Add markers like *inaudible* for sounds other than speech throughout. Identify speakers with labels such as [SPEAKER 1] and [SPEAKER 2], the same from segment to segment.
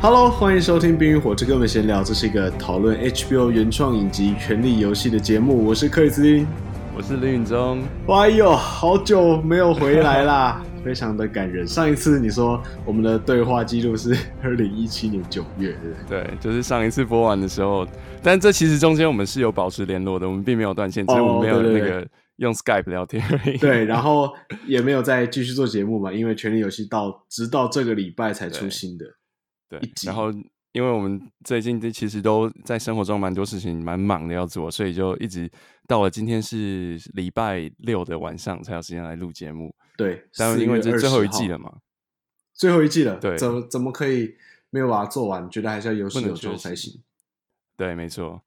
[SPEAKER 1] Hello，欢迎收听《冰与火之哥们闲聊》，这是一个讨论 HBO 原创影集《权力游戏》的节目。我是克里斯汀。
[SPEAKER 2] 我是林允中，
[SPEAKER 1] 哎呦，好久没有回来啦， *laughs* 非常的感人。上一次你说我们的对话记录是 *laughs* 二零一七年九月，对不对？
[SPEAKER 2] 对，就是上一次播完的时候，但这其实中间我们是有保持联络的，我们并没有断线，只是我们没有
[SPEAKER 1] 哦对对
[SPEAKER 2] 那
[SPEAKER 1] 对
[SPEAKER 2] 个用 Skype 聊天而已。
[SPEAKER 1] 对，然后也没有再继续做节目嘛，因为《权力游戏》到直到这个礼拜才出新的。
[SPEAKER 2] 对
[SPEAKER 1] 一集
[SPEAKER 2] 然后因为我们最近这其实都在生活中蛮多事情蛮忙的要做，所以就一直到了今天是礼拜六的晚上才有时间来录节目。
[SPEAKER 1] 对，
[SPEAKER 2] 但因为这
[SPEAKER 1] 4月
[SPEAKER 2] 最后一
[SPEAKER 1] 20
[SPEAKER 2] 季了
[SPEAKER 1] 号，
[SPEAKER 2] 嘛，
[SPEAKER 1] 最后一季了，
[SPEAKER 2] 对
[SPEAKER 1] 怎么怎么可以没有把它做完？觉得还是要有始
[SPEAKER 2] 不能
[SPEAKER 1] 有终
[SPEAKER 2] 缺
[SPEAKER 1] 才
[SPEAKER 2] 席
[SPEAKER 1] 行。
[SPEAKER 2] 对，没错，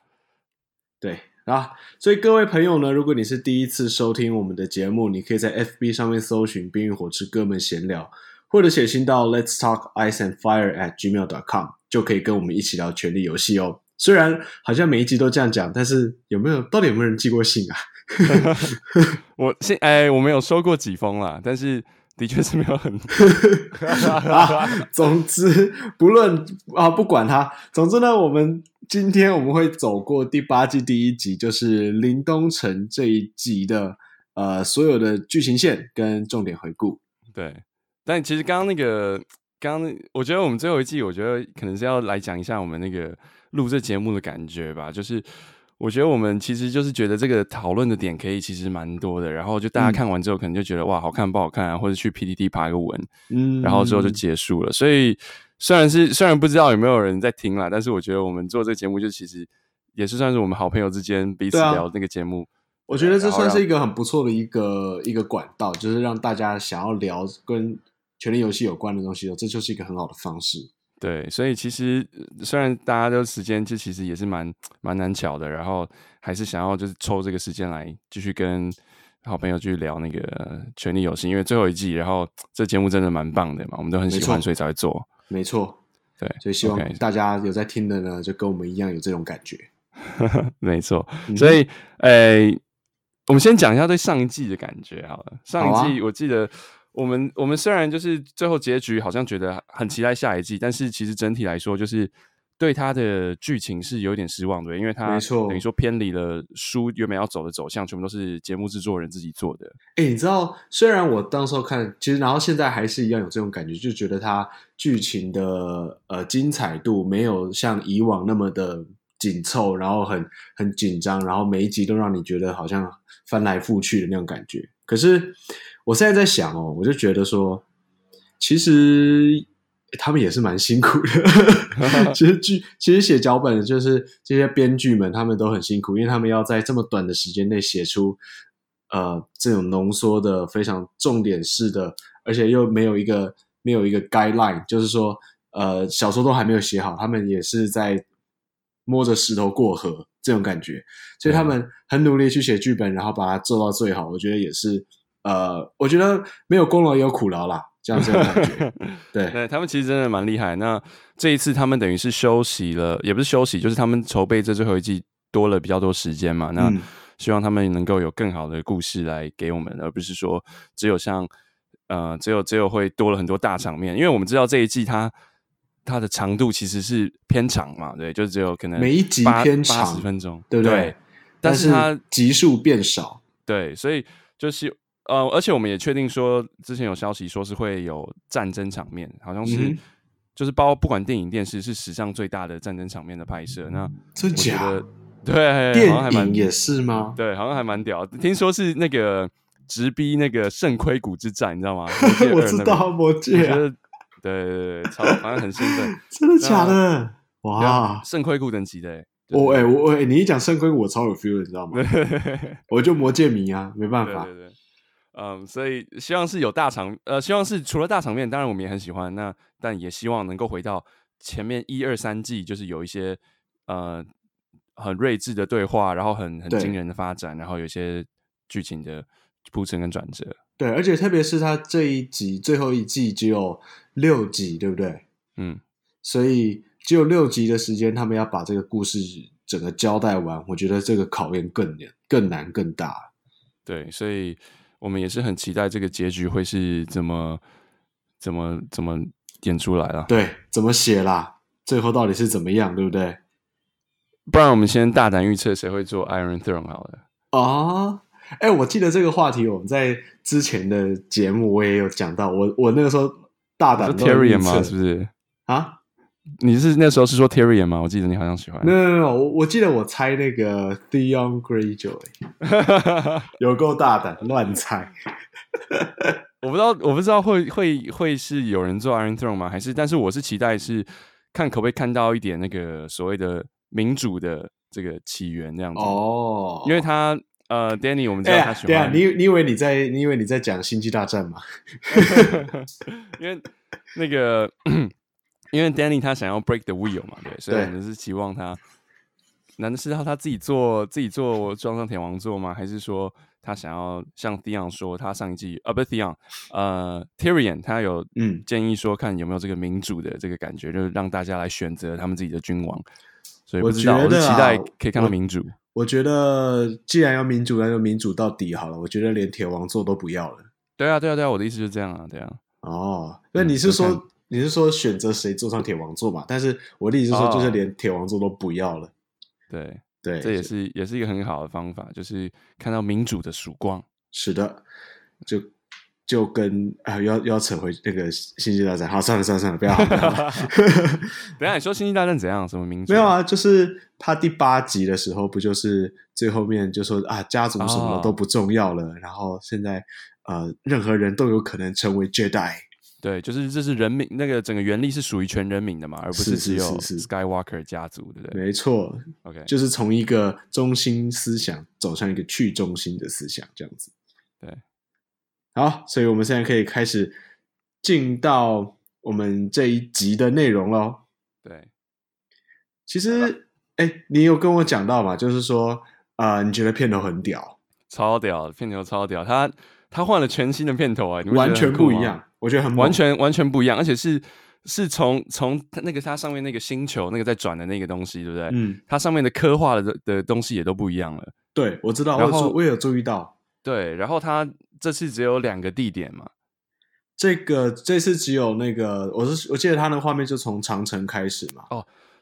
[SPEAKER 1] 对啊，所以各位朋友呢，如果你是第一次收听我们的节目，你可以在 FB 上面搜寻“冰与火之哥们闲聊”，或者写信到 Let's Talk Ice and Fire at gmail.com，就可以跟我们一起聊权力游戏哦。虽然好像每一集都这样讲，但是有没有到底有没有人寄过信啊？
[SPEAKER 2] 我现哎，我没有收过几封啦，但是的确是没有很
[SPEAKER 1] *laughs*
[SPEAKER 2] *laughs*
[SPEAKER 1] 啊，总之不论啊，不管它，总之呢，我们今天我们会走过第八季第一集，就是林东城这一集的呃所有的剧情线跟重点回顾。
[SPEAKER 2] 对，但其实刚刚那个，刚刚那我觉得我们最后一季，我觉得可能是要来讲一下我们那个录这节目的感觉吧。就是我觉得我们其实就是觉得这个讨论的点可以其实蛮多的，然后就大家
[SPEAKER 1] 嗯
[SPEAKER 2] 看完之后可能就觉得、哇好看不好看啊，或者去 PPT 爬个文，
[SPEAKER 1] 嗯
[SPEAKER 2] 然后之后就结束了。所以虽然是虽然不知道有没有人在听啦，但是我觉得我们做这个节目就其实也是算是我们好朋友之间彼此
[SPEAKER 1] 对啊
[SPEAKER 2] 聊那个节目。
[SPEAKER 1] 我觉得这
[SPEAKER 2] 然后
[SPEAKER 1] 算
[SPEAKER 2] 让
[SPEAKER 1] 是一个很不错的一个一个管道，就是让大家想要聊跟权力游戏有关的东西哦，这就是一个很好的方式。
[SPEAKER 2] 对，所以其实呃虽然大家都时间，这其实也是蛮蛮难巧的，然后还是想要就是抽这个时间来继续跟好朋友去聊那个呃《权力游戏》，因为最后一季，然后这节目真的蛮棒的嘛，我们都很
[SPEAKER 1] 没
[SPEAKER 2] 喜欢，
[SPEAKER 1] 错
[SPEAKER 2] 所以才会做。
[SPEAKER 1] 没错，
[SPEAKER 2] 对，
[SPEAKER 1] 所以希望
[SPEAKER 2] OK
[SPEAKER 1] 大家有在听的呢，就跟我们一样有这种感觉。
[SPEAKER 2] 没错，
[SPEAKER 1] 嗯
[SPEAKER 2] 所以，诶、我们先讲一下对上一季的感觉好了。上
[SPEAKER 1] 好啊
[SPEAKER 2] 一季我记得我们、我们虽然就是最后结局好像觉得很期待下一季，但是其实整体来说就是对它的剧情是有点失望的，因为它
[SPEAKER 1] 没错
[SPEAKER 2] 等于说偏离了书原本要走的走向，全部都是节目制作人自己做的。
[SPEAKER 1] 哎、你知道，虽然我当时候看，其实然后现在还是一样有这种感觉，就觉得它剧情的呃精彩度没有像以往那么的紧凑，然后很很紧张，然后每一集都让你觉得好像翻来覆去的那种感觉。可是我现在在想哦，我就觉得说，其实他们也是蛮辛苦的。其实剧，其实写脚本的就是这些编剧们，他们都很辛苦，因为他们要在这么短的时间内写出呃这种浓缩的、非常重点式的，而且又没有一个没有一个 guideline，就是说呃小说都还没有写好，他们也是在摸着石头过河这种感觉，所以
[SPEAKER 2] 嗯
[SPEAKER 1] 他们很努力去写剧本，然后把它做到最好，我觉得也是呃，我觉得没有功劳也有苦劳啦，这样这种感
[SPEAKER 2] *laughs*
[SPEAKER 1] 觉，对。
[SPEAKER 2] 对他们其实真的蛮厉害。那这一次他们等于是休息了，也不是休息，就是他们筹备这最后一季多了比较多时间嘛。那、
[SPEAKER 1] 嗯
[SPEAKER 2] 希望他们能够有更好的故事来给我们，而不是说只有像呃，只有只有会多了很多大场面，因为我们知道这一季它它的长度其实是偏长嘛，对，就只有可能
[SPEAKER 1] 每一集
[SPEAKER 2] 八
[SPEAKER 1] 偏
[SPEAKER 2] 八十
[SPEAKER 1] 长
[SPEAKER 2] 分钟，
[SPEAKER 1] 对不对
[SPEAKER 2] 对？
[SPEAKER 1] 但
[SPEAKER 2] 但是它
[SPEAKER 1] 集数变少，
[SPEAKER 2] 对，所以就是呃，而且我们也确定说，之前有消息说是会有战争场面，好像是、
[SPEAKER 1] 嗯哼
[SPEAKER 2] 就是包括不管电影电视是史上最大的战争场面的拍摄。那
[SPEAKER 1] 嗯真
[SPEAKER 2] 我觉
[SPEAKER 1] 假
[SPEAKER 2] 得？对，好像还
[SPEAKER 1] 电
[SPEAKER 2] 蛮
[SPEAKER 1] 影也是吗？？
[SPEAKER 2] 对，好像还蛮屌。听说是那个直逼那个圣盔谷之战，你知道吗
[SPEAKER 1] *laughs* 我知道
[SPEAKER 2] 魔
[SPEAKER 1] 魔戒
[SPEAKER 2] 戒呃二那边我觉
[SPEAKER 1] 啊，
[SPEAKER 2] 得对对对，超反正很兴奋。啊
[SPEAKER 1] 真的假的？ *laughs* 哇！
[SPEAKER 2] 圣盔谷等级的、欸，对
[SPEAKER 1] 我哎、我我、哎，你一讲圣盔，我超有 feel，的你知道
[SPEAKER 2] *laughs*
[SPEAKER 1] 吗？
[SPEAKER 2] 对对对
[SPEAKER 1] 我就魔戒迷啊，没办法
[SPEAKER 2] 对。对对，嗯，所以希望是有大场，呃，希望是除了大场面，当然我们也很喜欢，那但也希望能够回到前面一二三季，就是有一些呃很睿智的对话，然后很很
[SPEAKER 1] 对
[SPEAKER 2] 惊人的发展，然后有一些剧情的铺陈跟转折。
[SPEAKER 1] 对，而且特别是他这一集最后一季只有六集，对不对？
[SPEAKER 2] 嗯，
[SPEAKER 1] 所以只有六集的时间，他们要把这个故事整个交代完，我觉得这个考验更难、更难、更大。
[SPEAKER 2] 对，所以我们也是很期待这个结局会是怎么怎么怎么演出来了。
[SPEAKER 1] 对，怎么写啦？最后到底是怎么样，对不对？
[SPEAKER 2] 不然我们先大胆预测谁会做 Iron Throne 好了。
[SPEAKER 1] 啊，哎、我记得这个话题我们在之前的节目我也有讲到，我我那个时候大
[SPEAKER 2] 你
[SPEAKER 1] 胆
[SPEAKER 2] 说 Tyrion
[SPEAKER 1] 吗
[SPEAKER 2] 吗？？是不是？
[SPEAKER 1] 啊，
[SPEAKER 2] 你是那时候是说 Tyrion 吗？我记得你好像喜欢。
[SPEAKER 1] 没有没有，我我记得我猜那个 Theon Greyjoy 有够大胆，乱猜。
[SPEAKER 2] 我不知道，我不知道会会会是有人做 Iron Throne 吗？还是？但是我是期待是看可不可以看到一点那个所谓的民主的这个起源这样子。，
[SPEAKER 1] 哦
[SPEAKER 2] 因为他呃，Danny，我们知
[SPEAKER 1] 哎
[SPEAKER 2] 道
[SPEAKER 1] 呀
[SPEAKER 2] 他，喜
[SPEAKER 1] 对
[SPEAKER 2] 欢，
[SPEAKER 1] 啊，你你以为你在你以为你在讲星际大战吗？
[SPEAKER 2] *laughs* 因为那个因为 Danny 他想要 break the wheel 嘛，对，所以
[SPEAKER 1] 对
[SPEAKER 2] 我们是期望他，难道是要他自己做自己做装上舔王座吗？还是说他想要像 Theon 说，他上一季啊不是 Theon，呃 Tyrion 他有
[SPEAKER 1] 嗯
[SPEAKER 2] 建议说看有没有这个民主的这个感觉，就是让大家来选择他们自己的君王。所以
[SPEAKER 1] 我
[SPEAKER 2] 不知道，
[SPEAKER 1] 觉
[SPEAKER 2] 我是
[SPEAKER 1] 得
[SPEAKER 2] 期
[SPEAKER 1] 啊
[SPEAKER 2] 待可以看到
[SPEAKER 1] 我
[SPEAKER 2] 民主。
[SPEAKER 1] 我觉得既然要民主，那就民主到底好了。我觉得连铁王座都不要了。
[SPEAKER 2] 对啊，对啊，对啊，我的意思就是这样啊，对啊。
[SPEAKER 1] 哦，那
[SPEAKER 2] 嗯
[SPEAKER 1] 你是
[SPEAKER 2] 就看
[SPEAKER 1] 说你是说选择谁坐上铁王座嘛？但是我的意思是说，
[SPEAKER 2] 哦
[SPEAKER 1] 就是连铁王座都不要了。
[SPEAKER 2] 对，
[SPEAKER 1] 对，
[SPEAKER 2] 这也是也是一个很好的方法，就是看到民主的曙光。
[SPEAKER 1] 是的，就就跟啊，又要又要扯回那个星际大战。好，算了算了算了，不要好不要好
[SPEAKER 2] *laughs* 等一下你说《星际大战》怎样？什么民主？
[SPEAKER 1] 没有，啊，就是他第八集的时候，不就是最后面就说啊，家族什么
[SPEAKER 2] 哦
[SPEAKER 1] 的都不重要了，然后现在呃，任何人都有可能成为 Jedi。
[SPEAKER 2] 对，就是这是人民那个整个原力是属于全人民的嘛，而不
[SPEAKER 1] 是
[SPEAKER 2] 只有
[SPEAKER 1] 是是是
[SPEAKER 2] Skywalker 家族，对不对
[SPEAKER 1] 没错，
[SPEAKER 2] ？OK，
[SPEAKER 1] 就是从一个中心思想走向一个去中心的思想，这样子。
[SPEAKER 2] 对，
[SPEAKER 1] 好，所以我们现在可以开始进到我们这一集的内容喽。
[SPEAKER 2] 对，
[SPEAKER 1] 其实，哎、你有跟我讲到嘛？就是说，呃，你觉得片头很屌，
[SPEAKER 2] 超屌，片头超屌，他他换了全新的片头啊，你不觉得
[SPEAKER 1] 完全
[SPEAKER 2] 很酷
[SPEAKER 1] 不一
[SPEAKER 2] 吗，
[SPEAKER 1] 样，我觉得很猛
[SPEAKER 2] 完全完全不一样，而且是是从从它那个它上面那个星球那个在转的那个东西，对不对？
[SPEAKER 1] 嗯，
[SPEAKER 2] 它上面的刻画的的东西也都不一样了。
[SPEAKER 1] 对，我知道，我
[SPEAKER 2] 然
[SPEAKER 1] 有
[SPEAKER 2] 后
[SPEAKER 1] 注我也有注意到，
[SPEAKER 2] 对，然后他这次只有两个地点嘛，
[SPEAKER 1] 这个这次只有那个，我是我记得他那个画面就从长城开始嘛，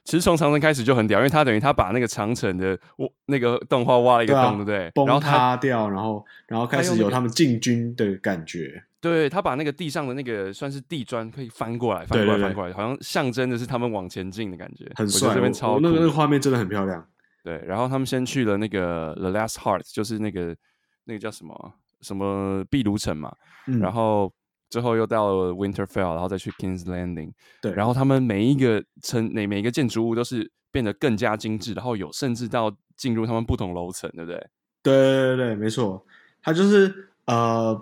[SPEAKER 2] 其实从长城开始就很屌，因为他等于他把那个长城的挖那个动画挖了一个
[SPEAKER 1] 对啊
[SPEAKER 2] 洞，对,、不对？
[SPEAKER 1] 崩
[SPEAKER 2] 然后他
[SPEAKER 1] 塌掉，然后然后开
[SPEAKER 2] 他用
[SPEAKER 1] 始
[SPEAKER 2] 那个
[SPEAKER 1] 有他们进军的感觉，
[SPEAKER 2] 对他把那个地上的那个算是地砖可以翻过来，翻
[SPEAKER 1] 对
[SPEAKER 2] 过来，
[SPEAKER 1] 对对
[SPEAKER 2] 翻过来，好像象征的是他们往前进的感觉，
[SPEAKER 1] 很
[SPEAKER 2] 我觉得
[SPEAKER 1] 帅，
[SPEAKER 2] 这边
[SPEAKER 1] 我我
[SPEAKER 2] 超酷
[SPEAKER 1] 那
[SPEAKER 2] 的。
[SPEAKER 1] 个那个画面真的很漂亮，
[SPEAKER 2] 对，然后他们先去了那个 The Last Heart，就是那个那个叫什么啊什么壁炉城嘛，
[SPEAKER 1] 嗯，
[SPEAKER 2] 然后之后又到了 Winterfell，然后再去 King's Landing，
[SPEAKER 1] 对
[SPEAKER 2] 然后他们每一个城每每一个建筑物都是变得更加精致，然后有甚至到进入他们不同楼层，对不对？
[SPEAKER 1] 对对对对，没错，他就是呃，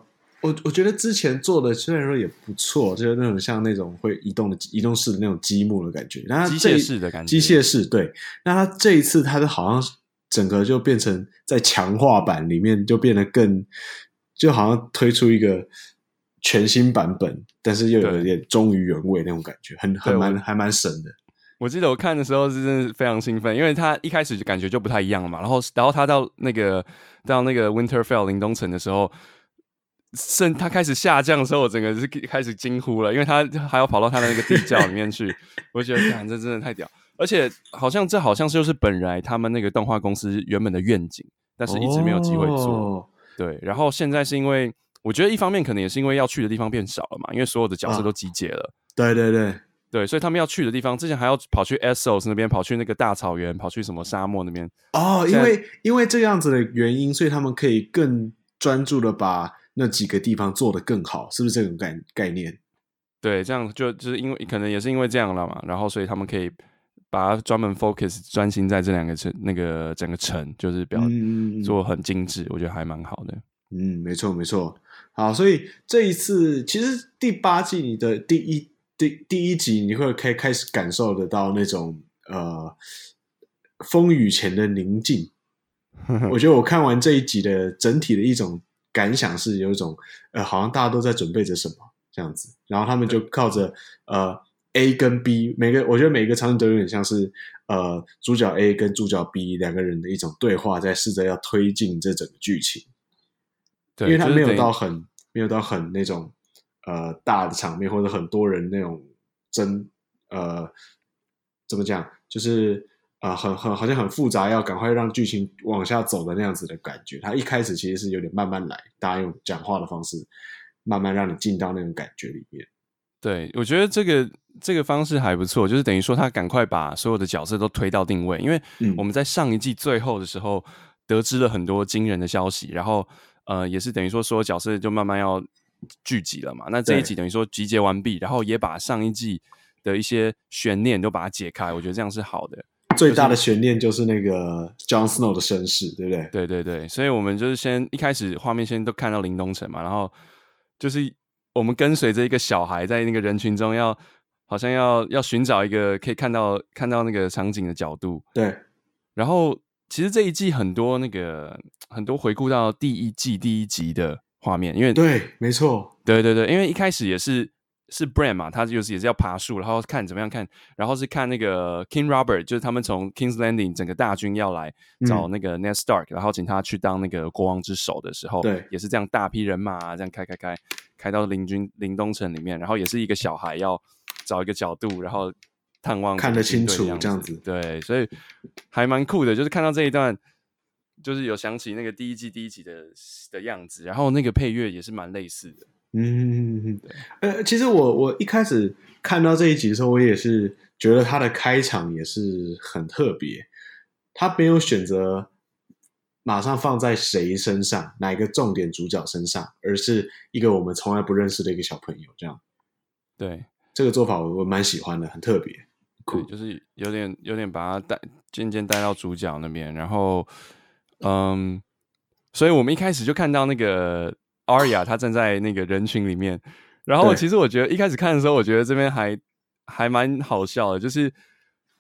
[SPEAKER 1] 我我觉得之前做的虽然说也不错，就是那种像那种会移动的移动式的那种积木的感觉，那它
[SPEAKER 2] 机
[SPEAKER 1] 这
[SPEAKER 2] 械式的感觉
[SPEAKER 1] 机械式对。那他这一次，他就好像整个就变成在强化版里面就变得更，就好像推出一个全新版本，但是又有
[SPEAKER 2] 对
[SPEAKER 1] 一点忠于原味那种感觉，很很
[SPEAKER 2] 对我
[SPEAKER 1] 蛮还蛮神的。
[SPEAKER 2] 我记得我看的时候是真的非常兴奋，因为他一开始就感觉就不太一样了嘛，然后然后他到那个到那个 Winterfell 林东城的时候，甚他开始下降的时候，我整个是开始惊呼了，因为他还要跑到他的那个地窖里面去，我觉得感这真的太屌，而且好像这好像就是本来他们那个动画公司原本的愿景，但是一直没有机会做。
[SPEAKER 1] 哦
[SPEAKER 2] 对，然后现在是因为我觉得一方面可能也是因为要去的地方变少了嘛，因为所有的角色
[SPEAKER 1] 啊
[SPEAKER 2] 都集结了。
[SPEAKER 1] 对对对，
[SPEAKER 2] 对，所以他们要去的地方，之前还要跑去 Essos 那边，跑去那个大草原，跑去什么沙漠那边。
[SPEAKER 1] 哦，因
[SPEAKER 2] 现在
[SPEAKER 1] 为因为这样子的原因，所以他们可以更专注的把那几个地方做得更好，是不是这种概概念？
[SPEAKER 2] 对，这样就就是因为可能也是因为这样了嘛，然后所以他们可以把它专门 focus 专心在这两个城那个整个城，就是表、
[SPEAKER 1] 嗯，嗯嗯
[SPEAKER 2] 做很精致，我觉得还蛮好的。
[SPEAKER 1] 嗯，没错没错。好，所以这一次其实第八季你的第一第第一集，你会开开始感受得到那种呃风雨前的宁静。我觉得我看完这一集的整体的一种感想是有一种呃，好像大家都在准备着什么这样子，然后他们就靠着呃 A 跟 B 每个，我觉得每个场景都有点像是呃主角 A 跟主角 B 两个人的一种对话，在试着要推进这整个剧情，
[SPEAKER 2] 对，
[SPEAKER 1] 因为他
[SPEAKER 2] 就是
[SPEAKER 1] 没有
[SPEAKER 2] 等于
[SPEAKER 1] 到很没有到很那种呃大的场面或者很多人那种争呃怎么讲，就是啊、呃很很好像很复杂，要赶快让剧情往下走的那样子的感觉。它一开始其实是有点慢慢来，大家用讲话的方式慢慢让你进到那种感觉里面。
[SPEAKER 2] 对，我觉得这个这个方式还不错，就是等于说他赶快把所有的角色都推到定位，因为
[SPEAKER 1] 嗯
[SPEAKER 2] 我们在上一季最后的时候得知了很多惊人的消息，然后呃也是等于说所有角色就慢慢要聚集了嘛。那这一
[SPEAKER 1] 对
[SPEAKER 2] 集等于说集结完毕，然后也把上一季的一些悬念都把它解开，我觉得这样是好的。
[SPEAKER 1] 最大的悬念就是那个 Jon Snow 的身世，对不对？
[SPEAKER 2] 对对对，所以我们就是先一开始画面先都看到林东城嘛，然后就是我们跟随着一个小孩在那个人群中要，好像要要寻找一个可以看到看到那个场景的角度。
[SPEAKER 1] 对，
[SPEAKER 2] 然后其实这一季很多那个很多回顾到第一季第一集的画面，因为
[SPEAKER 1] 对，没错，
[SPEAKER 2] 对对对，因为一开始也是是 Brand 嘛，他就是也是要爬树，然后看怎么样看，然后是看那个 King Robert，就是他们从 King's Landing 整个大军要来找
[SPEAKER 1] 嗯
[SPEAKER 2] 那个 Ned Stark，、然后请他去当那个国王之首的时候，
[SPEAKER 1] 对
[SPEAKER 2] 也是这样大批人马、啊、这样开开开开到邻军林东城里面，然后也是一个小孩要找一个角度，然后探望
[SPEAKER 1] 看得清楚
[SPEAKER 2] 这样
[SPEAKER 1] 这样
[SPEAKER 2] 子
[SPEAKER 1] 子，
[SPEAKER 2] 对，所以还蛮酷的，就是看到这一段。就是有想起那个第一季第一集的的样子，然后那个配乐也是蛮类似的。
[SPEAKER 1] 嗯，呃，其实我我一开始看到这一集的时候，我也是觉得它的开场也是很特别，他没有选择马上放在谁身上，哪一个重点主角身上，而是一个我们从来不认识的一个小朋友，这样
[SPEAKER 2] 对，
[SPEAKER 1] 这个做法我我蛮喜欢的，很特别，
[SPEAKER 2] 对，就是有点有点把他带渐渐带到主角那边，然后嗯，所以我们一开始就看到那个 Arya 她站在那个人群里面，然后
[SPEAKER 1] 对
[SPEAKER 2] 其实我觉得一开始看的时候，我觉得这边还还蛮好笑的，就是。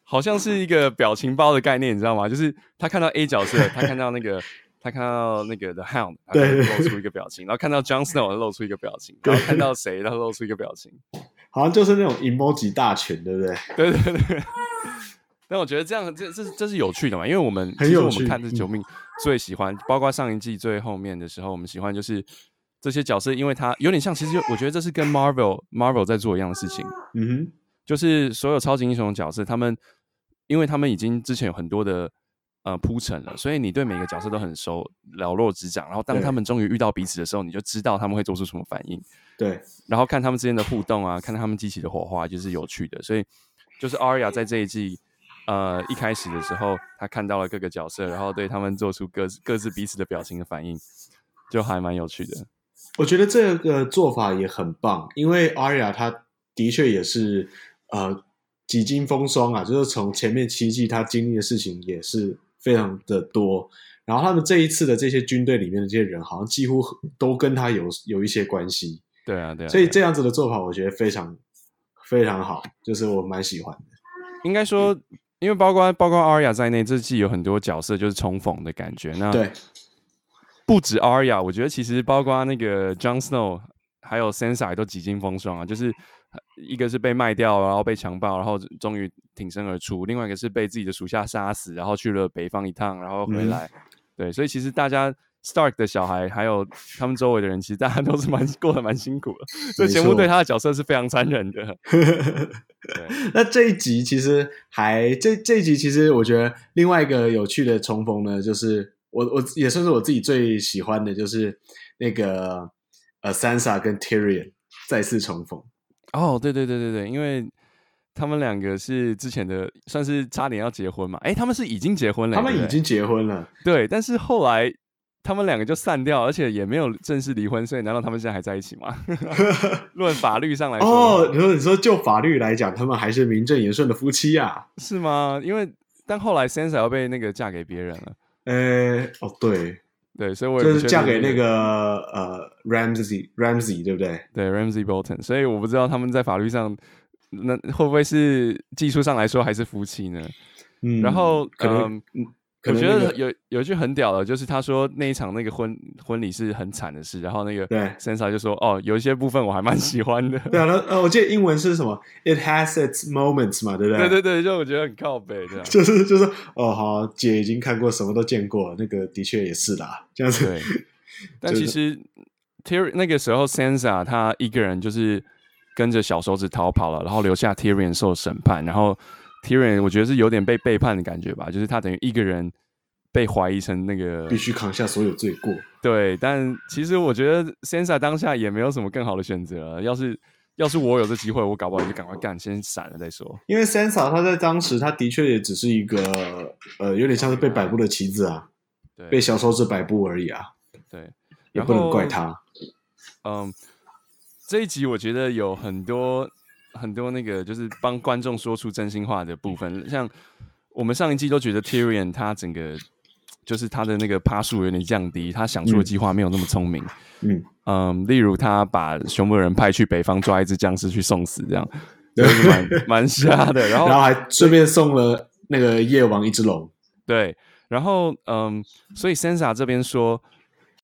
[SPEAKER 2] 好像是一个表情包的概念，你知道吗？就是他看到 A 角色，他看到那个，他看到那个 The Hound，他就
[SPEAKER 1] 对
[SPEAKER 2] 露出一个表情，然后看到 Jon Snow 他露出一个表情，然后看到谁他露出一个表情，
[SPEAKER 1] 好像就是那种 emoji 大全，对不对？
[SPEAKER 2] 对对对。但我觉得这样，这这是这是有趣的嘛，因为我们
[SPEAKER 1] 很
[SPEAKER 2] 其实
[SPEAKER 1] 有
[SPEAKER 2] 我
[SPEAKER 1] 趣嗯
[SPEAKER 2] 们看这九命最喜欢，包括上一季最后面的时候，我们喜欢就是这些角色，因为他有点像，其实我觉得这是跟 Marvel Marvel 在做一样的事情，
[SPEAKER 1] 嗯哼，
[SPEAKER 2] 就是所有超级英雄的角色，他们因为他们已经之前有很多的呃铺陈了，所以你对每个角色都很熟了若指掌，然后当
[SPEAKER 1] 对
[SPEAKER 2] 他们终于遇到彼此的时候，你就知道他们会做出什么反应。
[SPEAKER 1] 对，
[SPEAKER 2] 然后看他们之间的互
[SPEAKER 1] *laughs*
[SPEAKER 2] 动啊，看他们激起的火花，就是有趣的。所以就是 Aria 在这一季，呃，一开始的时候，他看到了各个角色，然后对他们做出各自各自彼此的表情的反应，就还蛮有趣的。
[SPEAKER 1] 我觉得这个做法也很棒，因为 Aria 她的确也是呃几经风霜啊，就是从前面七季她经历的事情也是非常的多，然后他们这一次的这些军队里面的这些人，好像几乎都跟她有有一些关系，
[SPEAKER 2] 对啊，对啊。
[SPEAKER 1] 所以
[SPEAKER 2] 对啊
[SPEAKER 1] 这样子的做法，我觉得非常非常好，就是我蛮喜欢的。
[SPEAKER 2] 应该说，
[SPEAKER 1] 嗯
[SPEAKER 2] 因为包括包括 Aria 在内，这季有很多角色就是重逢的感觉。那
[SPEAKER 1] 对，
[SPEAKER 2] 不止 Arya，我觉得其实包括那个 Jon Snow 还有 Sansa 也都几经风霜啊，就是呃一个是被卖掉，然后被强暴，然后终于挺身而出；，另外一个是被自己的属下杀死，然后去了北方一趟，然后回
[SPEAKER 1] 嗯
[SPEAKER 2] 来。对，所以其实大家 Stark 的小孩，还有他们周围的人，其实大家都是蛮过得蛮辛苦的。这
[SPEAKER 1] 没
[SPEAKER 2] 节目
[SPEAKER 1] 错
[SPEAKER 2] 对他的角色是非常残忍的。
[SPEAKER 1] *laughs* 那这一集其实还这这一集其实我觉得另外一个有趣的重逢呢，就是我我也算是我自己最喜欢的，就是那个呃 Sansa 跟 Tyrion 再次重逢。
[SPEAKER 2] 哦，对对对对对，因为他们两个是之前的，算是差点要结婚嘛。哎，他们是已经结婚了，
[SPEAKER 1] 他们
[SPEAKER 2] 对不
[SPEAKER 1] 已
[SPEAKER 2] 对
[SPEAKER 1] 经结婚了，
[SPEAKER 2] 对，但是后来他们两个就散掉，而且也没有正式离婚，所以难道他们现在还在一起吗？ *laughs* 论法律上来说的
[SPEAKER 1] 哦
[SPEAKER 2] 话，
[SPEAKER 1] 你说你说就法律来讲，他们还是名正言顺的夫妻啊。
[SPEAKER 2] 是吗？因为但后来 Sansa 要被那个嫁给别人了，
[SPEAKER 1] 呃，哦对，
[SPEAKER 2] 对，所以我也不
[SPEAKER 1] 就是
[SPEAKER 2] 确
[SPEAKER 1] 嫁
[SPEAKER 2] 定
[SPEAKER 1] 给那个呃 Ramsey Ramsey 对不对？
[SPEAKER 2] 对 Ramsey Bolton，所以我不知道他们在法律上那会不会是技术上来说还是夫妻呢？
[SPEAKER 1] 嗯，
[SPEAKER 2] 然后
[SPEAKER 1] 可能、
[SPEAKER 2] 嗯
[SPEAKER 1] 嗯可
[SPEAKER 2] 我
[SPEAKER 1] 能
[SPEAKER 2] 觉
[SPEAKER 1] 那
[SPEAKER 2] 得
[SPEAKER 1] 个
[SPEAKER 2] 有有一句很屌的，就是他说那一场那个婚婚礼是很惨的事，然后那个
[SPEAKER 1] 对
[SPEAKER 2] Sansa 就说哦，有一些部分我还蛮喜
[SPEAKER 1] *laughs*
[SPEAKER 2] 欢的，
[SPEAKER 1] 对啊，那呃，我记得英文是什么？It has its moments 嘛，对不对？
[SPEAKER 2] 对对对，就我觉得很靠
[SPEAKER 1] *laughs*
[SPEAKER 2] 北这样。
[SPEAKER 1] 就是就是哦，好，姐已经看过，什么都见过，那个的确也是啦，这样子。 *laughs*
[SPEAKER 2] 对，但
[SPEAKER 1] 就
[SPEAKER 2] 其
[SPEAKER 1] 是
[SPEAKER 2] 实 Tyr 那个时候 Sansa 她一个人就是跟着小手指逃跑了，然后留下 Tyrion 受审判，然后 Tyrion 我觉得是有点被背叛的感觉吧，就是他等于一个人被怀疑成那个
[SPEAKER 1] 必须扛下所有罪过。
[SPEAKER 2] 对，但其实我觉得 Sansa 当下也没有什么更好的选择啊了。要是要是我有这机会，我搞不好就赶快干，先闪了再说。
[SPEAKER 1] 因为 Sansa 她在当时，她的确也只是一个呃，有点像是被摆布的棋子啊，被
[SPEAKER 2] 对
[SPEAKER 1] 小手指摆布而已啊，
[SPEAKER 2] 对，
[SPEAKER 1] 也
[SPEAKER 2] 然
[SPEAKER 1] 不能
[SPEAKER 2] 后
[SPEAKER 1] 怪她。
[SPEAKER 2] 嗯，这一集我觉得有很多很多那个就是帮观众说出真心话的部分，像我们上一季都觉得 Tyrion 他整个就是他的那个趴数有点降低，他想出
[SPEAKER 1] 嗯
[SPEAKER 2] 的计划没有那么聪明。
[SPEAKER 1] 嗯，
[SPEAKER 2] 嗯，例如他把熊本人派去北方抓一只僵尸去送死，这样就是蛮蛮瞎
[SPEAKER 1] *laughs*
[SPEAKER 2] 的。然后
[SPEAKER 1] 然后还顺便送了那个夜王一只龙。
[SPEAKER 2] 对，然后嗯，所以 Sansa 这边说，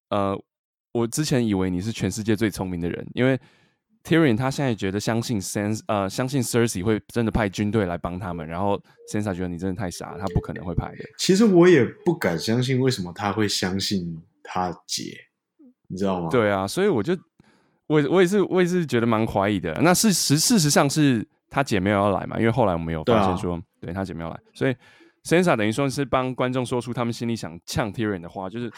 [SPEAKER 2] 呃，我之前以为你是全世界最聪明的人，因为 Tyrion 他现在觉得相信 Sans 呃相信 Cersei 会真的派军队来帮他们，然后 Sansa 觉得你真的太傻了，他不可能会派的。
[SPEAKER 1] 其实我也不敢相信，为什么他会相信他姐，你知道吗？，
[SPEAKER 2] 对啊，所以我就我我也是我也是觉得蛮怀疑的。那事实事实上是他姐没有要来嘛，因为后来我们有
[SPEAKER 1] 对
[SPEAKER 2] 发
[SPEAKER 1] 啊
[SPEAKER 2] 现说，对,、他姐没有来，所以 Sansa 等于说是帮观众说出他们心里想呛 Tyrion 的话，就是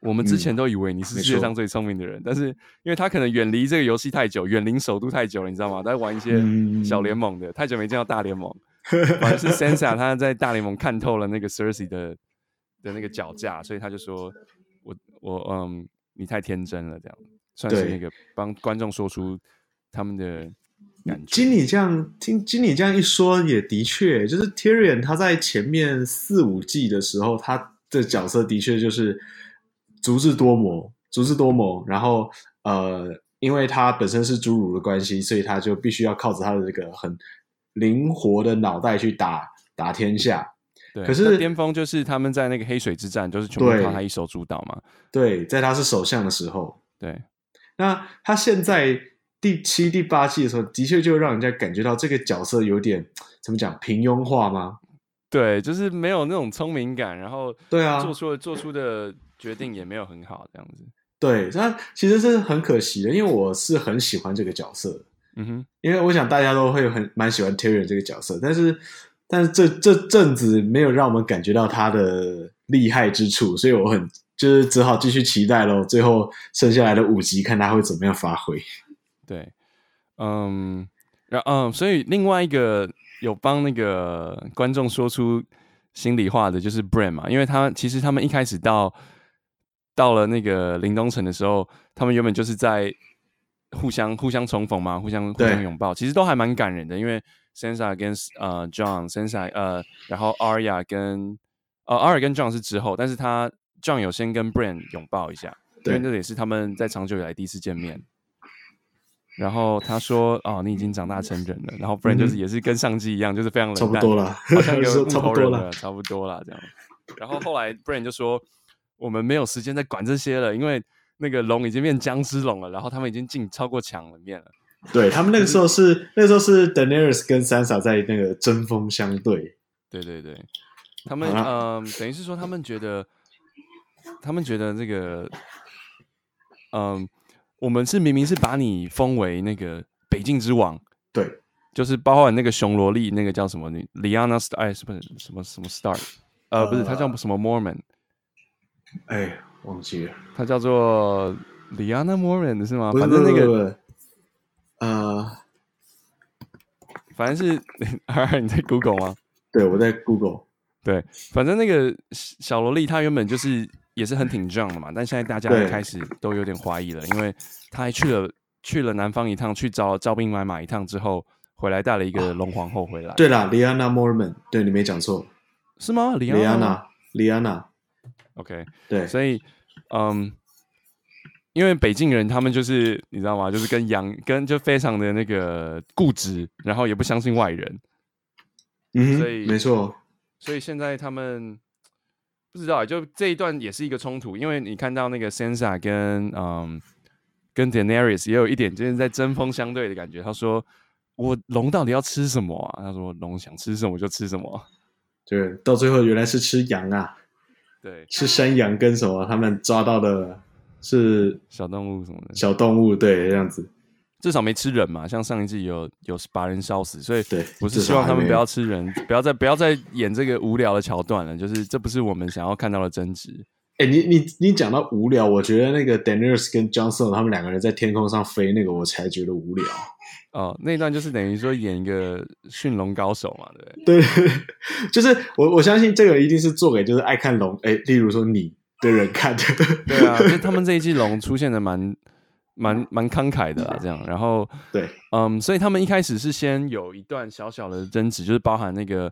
[SPEAKER 2] 我们之前都以为你是
[SPEAKER 1] 嗯没
[SPEAKER 2] 世界
[SPEAKER 1] 错
[SPEAKER 2] 上最聪明的人，但是因为他可能远离这个游戏太久，远离首都太久了，你知道吗？在玩一些
[SPEAKER 1] 嗯
[SPEAKER 2] 小联盟的，太久没见到大联盟，反而是 Sansa 他在大联盟看透了那个 Cersei 的的那个脚架，所以他就说我我嗯，你太天真了，这样算是
[SPEAKER 1] 对
[SPEAKER 2] 那个帮观众说出他们的感觉。
[SPEAKER 1] 经理这样听，经理这样一说，也的确，就是 Tyrion 他在前面四五季的时候，他的角色的确就是足智多谋，足智多谋。然后呃，因为他本身是侏儒的关系，所以他就必须要靠着他的这个很灵活的脑袋去打打天下。
[SPEAKER 2] 对，
[SPEAKER 1] 可是
[SPEAKER 2] 那巅峰就是他们在那个黑水之战，就是全部
[SPEAKER 1] 对
[SPEAKER 2] 靠他一手主导嘛。
[SPEAKER 1] 对，在他是首相的时候，
[SPEAKER 2] 对，
[SPEAKER 1] 那他现在第七、第八季的时候，的确就让人家感觉到这个角色有点怎么讲平庸化吗？
[SPEAKER 2] 对，就是没有那种聪明感，然后
[SPEAKER 1] 对啊，
[SPEAKER 2] 做出的做出的决定也没有很好，这样子。
[SPEAKER 1] 对，那其实是很可惜的，因为我是很喜欢这个角色的，
[SPEAKER 2] 嗯哼，
[SPEAKER 1] 因为我想大家都会很蛮喜欢 Tyrion 这个角色，但是但是这这阵子没有让我们感觉到他的厉害之处，所以我很就是只好继续期待喽。最后剩下来的五集，看他会怎么样发挥。
[SPEAKER 2] 对，嗯，然嗯，所以另外一个有帮那个观众说出心里话的，就是 Bran 嘛，因为他其实他们一开始到到了那个林东城的时候，他们原本就是在互相互相重逢嘛，互相互
[SPEAKER 1] 对
[SPEAKER 2] 相拥抱，其实都还蛮感人的，因为 Sansa 跟呃 John，Sansa 呃，然后 Arya 跟呃 Arya 跟 John 是之后，但是他 John 有先跟 Bran 拥抱一下，因为
[SPEAKER 1] 对
[SPEAKER 2] 那也是他们在长久以来第一次见面。然后他说：“哦，你已经长大成人了。”然后 Bran 就
[SPEAKER 1] 嗯
[SPEAKER 2] 是也是跟上季一样，就是非常冷
[SPEAKER 1] 差
[SPEAKER 2] 淡，
[SPEAKER 1] 不多了，
[SPEAKER 2] 好像
[SPEAKER 1] *laughs*
[SPEAKER 2] 有
[SPEAKER 1] 说
[SPEAKER 2] 木
[SPEAKER 1] 差不
[SPEAKER 2] 头
[SPEAKER 1] 多
[SPEAKER 2] 人
[SPEAKER 1] 了
[SPEAKER 2] 了，。差不多了这样。然后后来 Bran 就说：“我们没有时间再管这些了，因为那个龙已经变僵尸龙了，然后他们已经进超过墙里面了。
[SPEAKER 1] 对他们那个时候是那个时候是 Daenerys 跟 Sansa 在那个针锋相对，”
[SPEAKER 2] 对对对，他们嗯、
[SPEAKER 1] 好
[SPEAKER 2] 呃等于是说他们觉得，他们觉得这个，嗯、我们是明明是把你封为那个北境之王，
[SPEAKER 1] 对
[SPEAKER 2] 就是包含那个熊萝莉，那个叫什么女 Liana Star，哎，是不是什么什么 Star？呃，不是，她叫什么 Mormon？
[SPEAKER 1] 哎，忘记了，
[SPEAKER 2] 她叫做 Liana Mormon 是吗？
[SPEAKER 1] 不是
[SPEAKER 2] 啊反正那
[SPEAKER 1] 不
[SPEAKER 2] 个，
[SPEAKER 1] 是不是呃，
[SPEAKER 2] 反正是， *laughs* 你在 Google 吗？
[SPEAKER 1] 对我在 Google。
[SPEAKER 2] 对，反正那个小小萝莉她原本就是也是很挺仗的嘛，但现在大家
[SPEAKER 1] 对
[SPEAKER 2] 开始都有点怀疑了，因为她还去了去了南方一趟，去找招兵买马一趟之后，回来带了一个龙皇后回来，
[SPEAKER 1] 对啦 l i a n a Mormon，对你没讲错
[SPEAKER 2] 是吗
[SPEAKER 1] l i a n
[SPEAKER 2] ？Liana，OK。
[SPEAKER 1] a l i a n a 对，
[SPEAKER 2] 所以，嗯，因为北京人他们就是你知道吗？就是跟洋跟就非常的那个固执，然后也不相信外人，
[SPEAKER 1] 嗯
[SPEAKER 2] 所以
[SPEAKER 1] 哼，没错，
[SPEAKER 2] 所以现在他们不知道，啊就这一段也是一个冲突，因为你看到那个 Sansa 跟嗯跟 Daenerys 也有一点就是在针锋相对的感觉。他说：“我龙到底要吃什么啊？”他说：“龙想吃什么就吃什么。
[SPEAKER 1] 对，到最后原来是吃羊啊，”
[SPEAKER 2] 对，
[SPEAKER 1] 吃山羊跟什么他们抓到的是
[SPEAKER 2] 小动物什么的。
[SPEAKER 1] 小动物，对，这样子。
[SPEAKER 2] 至少没吃人嘛，像上一季有有把人烧死，所以
[SPEAKER 1] 对
[SPEAKER 2] 我是
[SPEAKER 1] 至少
[SPEAKER 2] 希望
[SPEAKER 1] 还
[SPEAKER 2] 他们
[SPEAKER 1] 没
[SPEAKER 2] 不
[SPEAKER 1] 有
[SPEAKER 2] 要吃人，不要再不要再演这个无聊的桥段了，就是这不是我们想要看到的争执。
[SPEAKER 1] 哎、你你你讲到无聊，我觉得那个 Daniels 跟 Johnson 他们两个人在天空上飞那个，我才觉得无聊。
[SPEAKER 2] 哦，那一段就是等于说演一个驯龙高手嘛，对不
[SPEAKER 1] *laughs*
[SPEAKER 2] 对？
[SPEAKER 1] 对，就是我我相信这个一定是做给就是爱看龙，哎、例如说你的人看的。 *laughs*
[SPEAKER 2] 对啊， *laughs* 就他们这一季龙出现的蛮蛮蛮慷慨的啦，这样。然后，
[SPEAKER 1] 对，
[SPEAKER 2] 嗯，所以他们一开始是先有一段小小的争执，就是包含那个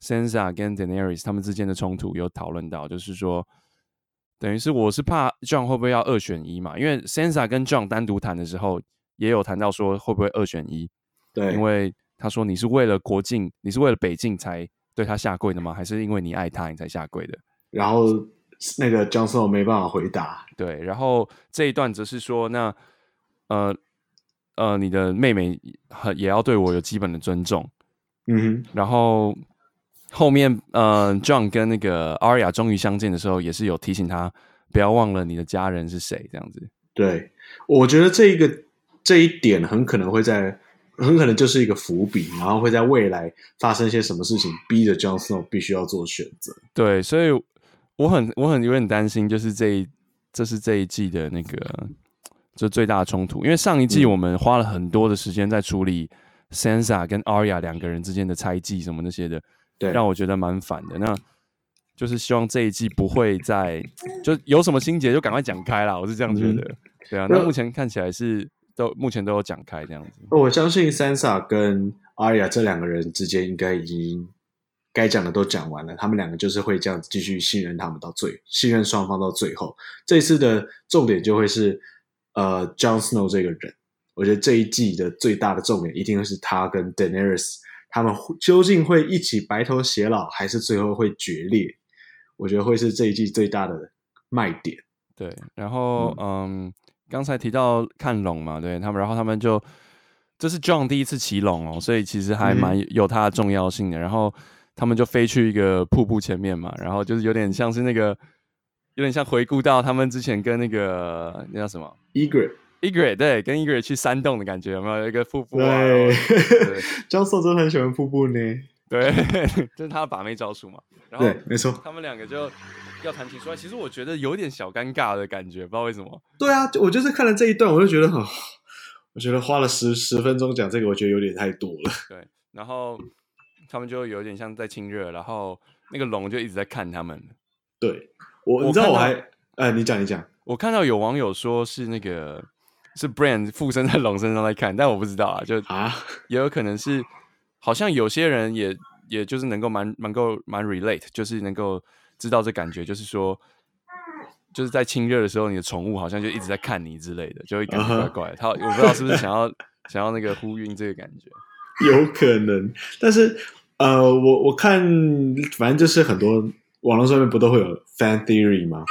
[SPEAKER 2] Sansa 跟 Daenerys 他们之间的冲突，有讨论到，就是说，等于是我是怕 John 会不会要二选一嘛？因为 Sansa 跟 John 单独谈的时候，也有谈到说会不会二选一，
[SPEAKER 1] 对，
[SPEAKER 2] 因为他说你是为了国境，你是为了北境才对他下跪的吗？还是因为你爱他你才下跪的？
[SPEAKER 1] 然后那个 Johnson 没办法回答。
[SPEAKER 2] 对，然后这一段则是说，那呃呃，你的妹妹很也要对我有基本的尊重。
[SPEAKER 1] 嗯哼，
[SPEAKER 2] 然后后面呃，John 跟那个 Arya 终于相见的时候，也是有提醒他不要忘了你的家人是谁，这样子。
[SPEAKER 1] 对，我觉得这一个这一点很可能会在。很可能就是一个伏笔，然后会在未来发生些什么事情，逼着 Johnson 必须要做选择。
[SPEAKER 2] 对，所以我很我很有点担心，就是这一这是这一季的那个就最大的冲突，因为上一季
[SPEAKER 1] 嗯
[SPEAKER 2] 我们花了很多的时间在处理 Sansa 跟 Arya 两个人之间的猜忌什么那些的，
[SPEAKER 1] 对，
[SPEAKER 2] 让我觉得蛮烦的。那就是希望这一季不会再就有什么心结就赶快讲开啦，我是这样觉得。对啊，那
[SPEAKER 1] 嗯那
[SPEAKER 2] 目前看起来是都目前都有讲开这样子。
[SPEAKER 1] 哦我相信 Sansa 跟 Arya 这两个人之间应该已经该讲的都讲完了，他们两个就是会这样继续信任他们到最，信任双方到最后。这一次的重点就会是呃 Jon Snow 这个人，我觉得这一季的最大的重点一定会是他跟 Daenerys 他们会究竟会一起白头偕老，还是最后会决裂？我觉得会是这一季最大的卖点。
[SPEAKER 2] 对，然后嗯，刚才提到看龙嘛，对他们，然后他们就这是 John 第一次骑龙哦，所以其实还蛮有它的重要性的。然后他们就飞去一个瀑布前面嘛，然后就是有点像是那个，有点像回顾到他们之前跟那个那叫什么
[SPEAKER 1] Egret，
[SPEAKER 2] Egret 对，跟 Egret 去山洞的感觉，有没有有一个瀑布啊？然
[SPEAKER 1] 对
[SPEAKER 2] 后对
[SPEAKER 1] *laughs* ，Jon Snow 真的很喜欢瀑布呢。
[SPEAKER 2] 对， *laughs* 就是他的把妹招数嘛。然后
[SPEAKER 1] 对，没错。
[SPEAKER 2] 他们两个就要谈情说爱，其实我觉得有点小尴尬的感觉，不知道为什么。
[SPEAKER 1] 对啊，就我就是看了这一段，我就觉得 *sighs* 很，我觉得花了十十分钟讲这个，我觉得有点太多了。
[SPEAKER 2] 对，然后他们就有点像在亲热，然后那个龙就一直在看他们。
[SPEAKER 1] 对我，
[SPEAKER 2] 我
[SPEAKER 1] 你知道
[SPEAKER 2] 看
[SPEAKER 1] 我
[SPEAKER 2] 到
[SPEAKER 1] 还，呃，你讲你讲，
[SPEAKER 2] 我看到有网友说是那个是 Brand 附身在龙身上在看，但我不知道啊，就
[SPEAKER 1] 啊 *laughs*
[SPEAKER 2] 也有可能是好像有些人也也就是能够蛮蛮够蛮 relate，就是能够知道这感觉，就是说。就是在亲热的时候，你的宠物好像就一直在看你之类的，就会感觉怪
[SPEAKER 1] 嗯哼
[SPEAKER 2] 怪的。他我不知道是不是想要想要那个呼应这个感觉。
[SPEAKER 1] 有可能，但是呃，我我看，反正就是很多网络上面不都会有 fan theory 吗？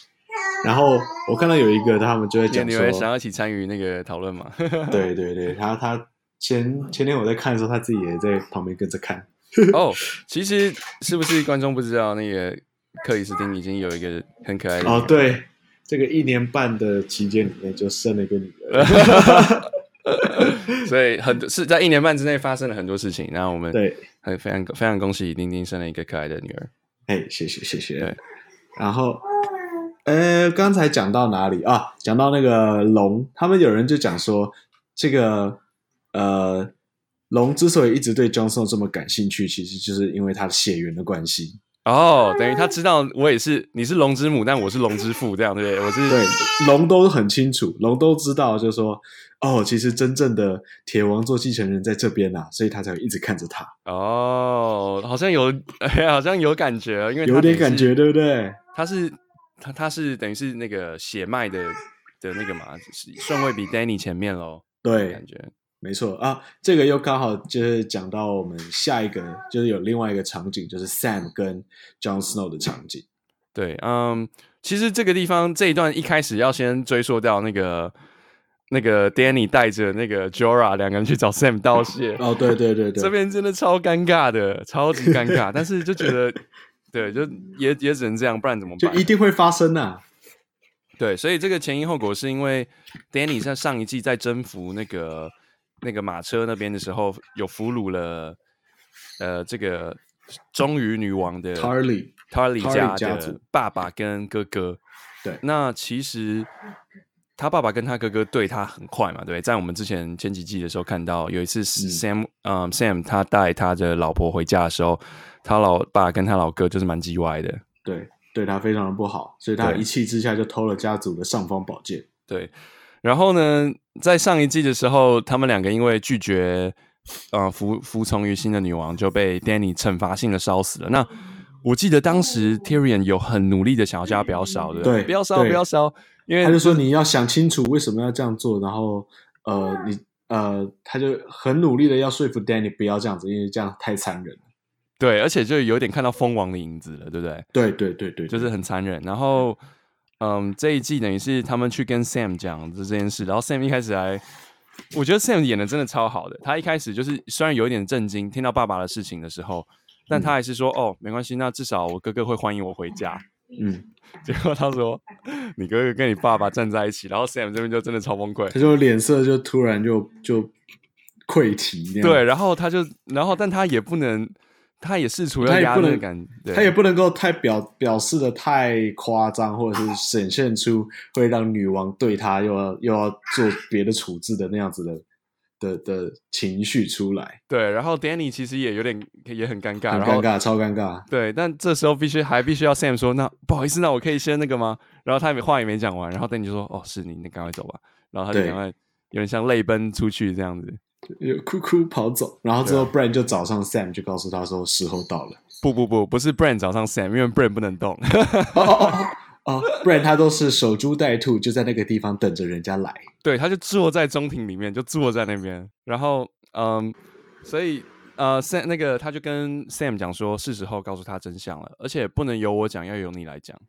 [SPEAKER 1] *laughs* 然后我看到有一个他们就在
[SPEAKER 2] 对，
[SPEAKER 1] 讲
[SPEAKER 2] 你你
[SPEAKER 1] 说
[SPEAKER 2] 会，想要一起参与那个讨论吗？
[SPEAKER 1] 对对对，他他前前天我在看的时候，他自己也在旁边跟着看。
[SPEAKER 2] *laughs* 哦，其实是不是观众不知道那个克里斯汀已经有一个很可爱的
[SPEAKER 1] 哦
[SPEAKER 2] 女，儿，
[SPEAKER 1] 对，这个一年半的期间里面就生了一个女儿。
[SPEAKER 2] 所以很多是在一年半之内发生了很多事情。然后我们
[SPEAKER 1] 对，
[SPEAKER 2] 很非常非常恭喜丁丁生了一个可爱的女儿。
[SPEAKER 1] 哎，谢谢谢
[SPEAKER 2] 对
[SPEAKER 1] 谢。然后，呃，刚才讲到哪里啊？讲到那个龙，他们有人就讲说，这个呃，龙之所以一直对 Johnson 这么感兴趣，其实就是因为他的血缘的关系。
[SPEAKER 2] 哦，等于他知道我也是，你是龙之母，但我是龙之父，这样对不对？我是
[SPEAKER 1] 对，龙都很清楚，龙都知道，就是说，哦，其实真正的铁王座继承人在这边啊，所以他才会一直看着他，
[SPEAKER 2] 哦，好像有， *laughs* 好像有感觉哦，因为他
[SPEAKER 1] 有点
[SPEAKER 2] 等于是
[SPEAKER 1] 感觉，，对不对？
[SPEAKER 2] 他是他他是等于是那个血脉的的那个嘛，是顺位比 Danny 前面喽，
[SPEAKER 1] 对
[SPEAKER 2] 感，觉
[SPEAKER 1] 没错啊，这个又刚好就是讲到我们下一个，就是有另外一个场景，就是 Sam 跟 Jon Snow 的场景。
[SPEAKER 2] 对，嗯，其实这个地方这一段一开始要先追溯到那个那个 Danny 带着那个 Jora 两个人去找 Sam 道谢，
[SPEAKER 1] 哦，对对对对，
[SPEAKER 2] 这边真的超尴尬的，超级尴
[SPEAKER 1] *laughs*
[SPEAKER 2] 尬，但是就觉得对，就也也只能这样，不然怎么
[SPEAKER 1] 就
[SPEAKER 2] 办？
[SPEAKER 1] 啊一定会发生呐、
[SPEAKER 2] 对，所以这个前因后果是因为 Danny 在上一季在征服那个那个马车那边的时候，有俘虏了呃这个忠于女王的
[SPEAKER 1] Tarly
[SPEAKER 2] Tarly
[SPEAKER 1] Tarly
[SPEAKER 2] 家
[SPEAKER 1] 家
[SPEAKER 2] 的
[SPEAKER 1] 族
[SPEAKER 2] 爸爸跟哥哥。
[SPEAKER 1] 对
[SPEAKER 2] 那其实他爸爸跟他哥哥对他很坏嘛，对不对？在我们之前前几季的时候看到，有一次 Sam 嗯、Sam 他带他的老婆回家的时候，他老爸跟他老哥就是蛮叽歪的。
[SPEAKER 1] 对，对他非常的不好，所以他
[SPEAKER 2] 对
[SPEAKER 1] 一气之下就偷了家族的尚方宝剑。
[SPEAKER 2] 对，然后呢，在上一季的时候，他们两个因为拒绝呃服服从于新的女王，就被 Danny 惩罚性的烧死了。那我记得当时 Tyrion 有很努力的想要叫他不要烧，对不
[SPEAKER 1] 对
[SPEAKER 2] 不要烧，
[SPEAKER 1] 对
[SPEAKER 2] 不要烧，因为
[SPEAKER 1] 他就说你要想清楚为什么要这样做，然后呃，你呃，他就很努力的要说服 Danny 不要这样子，因为这样太残忍了。
[SPEAKER 2] 对，而且就有点看到蜂王的影子了，对不对？
[SPEAKER 1] 对对对对，
[SPEAKER 2] 就是很残忍。然后，嗯，这一季等于是他们去跟 Sam 讲这件事，然后 Sam 一开始还，我觉得 Sam 演的真的超好的。他一开始就是虽然有一点震惊，听到爸爸的事情的时候，但他还是说：“哦，没关系，那至少我哥哥会欢迎我回家。
[SPEAKER 1] 嗯，”
[SPEAKER 2] 结果他说：“你哥哥跟你爸爸站在一起。”然后 Sam 这边就真的超崩溃。
[SPEAKER 1] 他就脸色就突然就就溃堤那样。
[SPEAKER 2] 对，然后他就，然后但他也不能，他也试图要
[SPEAKER 1] 他也
[SPEAKER 2] 压
[SPEAKER 1] 不
[SPEAKER 2] 那个
[SPEAKER 1] 能
[SPEAKER 2] 感，
[SPEAKER 1] 他也
[SPEAKER 2] 对
[SPEAKER 1] 不能够太表表示的太夸张，或者是显现出会让女王对他又要又要做别的处置的那样子的的的情绪出来，
[SPEAKER 2] 对。然后 Danny 其实也有点也很尴尬，
[SPEAKER 1] 很
[SPEAKER 2] 啊然后
[SPEAKER 1] 尴尬，超尴尬。
[SPEAKER 2] 对，但这时候必须还必须要 Sam 说，那不好意思，那我可以先那个吗？然后他也没话也没讲完，然后 Danny 就说，哦，是你，你赶快走吧。然后他就
[SPEAKER 1] 对
[SPEAKER 2] 赶快有点像泪奔出去这样子，
[SPEAKER 1] 有哭哭跑走，然后之后
[SPEAKER 2] 对啊
[SPEAKER 1] Brand 就找上 Sam，就告诉他说时候到了。 *laughs*
[SPEAKER 2] 不不不，不是 Brand 找上 Sam，因为 Brand 不能动。 *laughs*
[SPEAKER 1] 哦哦哦哦，不然他都是守株待兔，就在那个地方等着人家来。
[SPEAKER 2] 对，他就坐在中庭里面，就坐在那边。然后，嗯，所以，呃，Sam 那个他就跟 Sam 讲说，是时候告诉他真相了，而且不能由我讲，要由你来讲。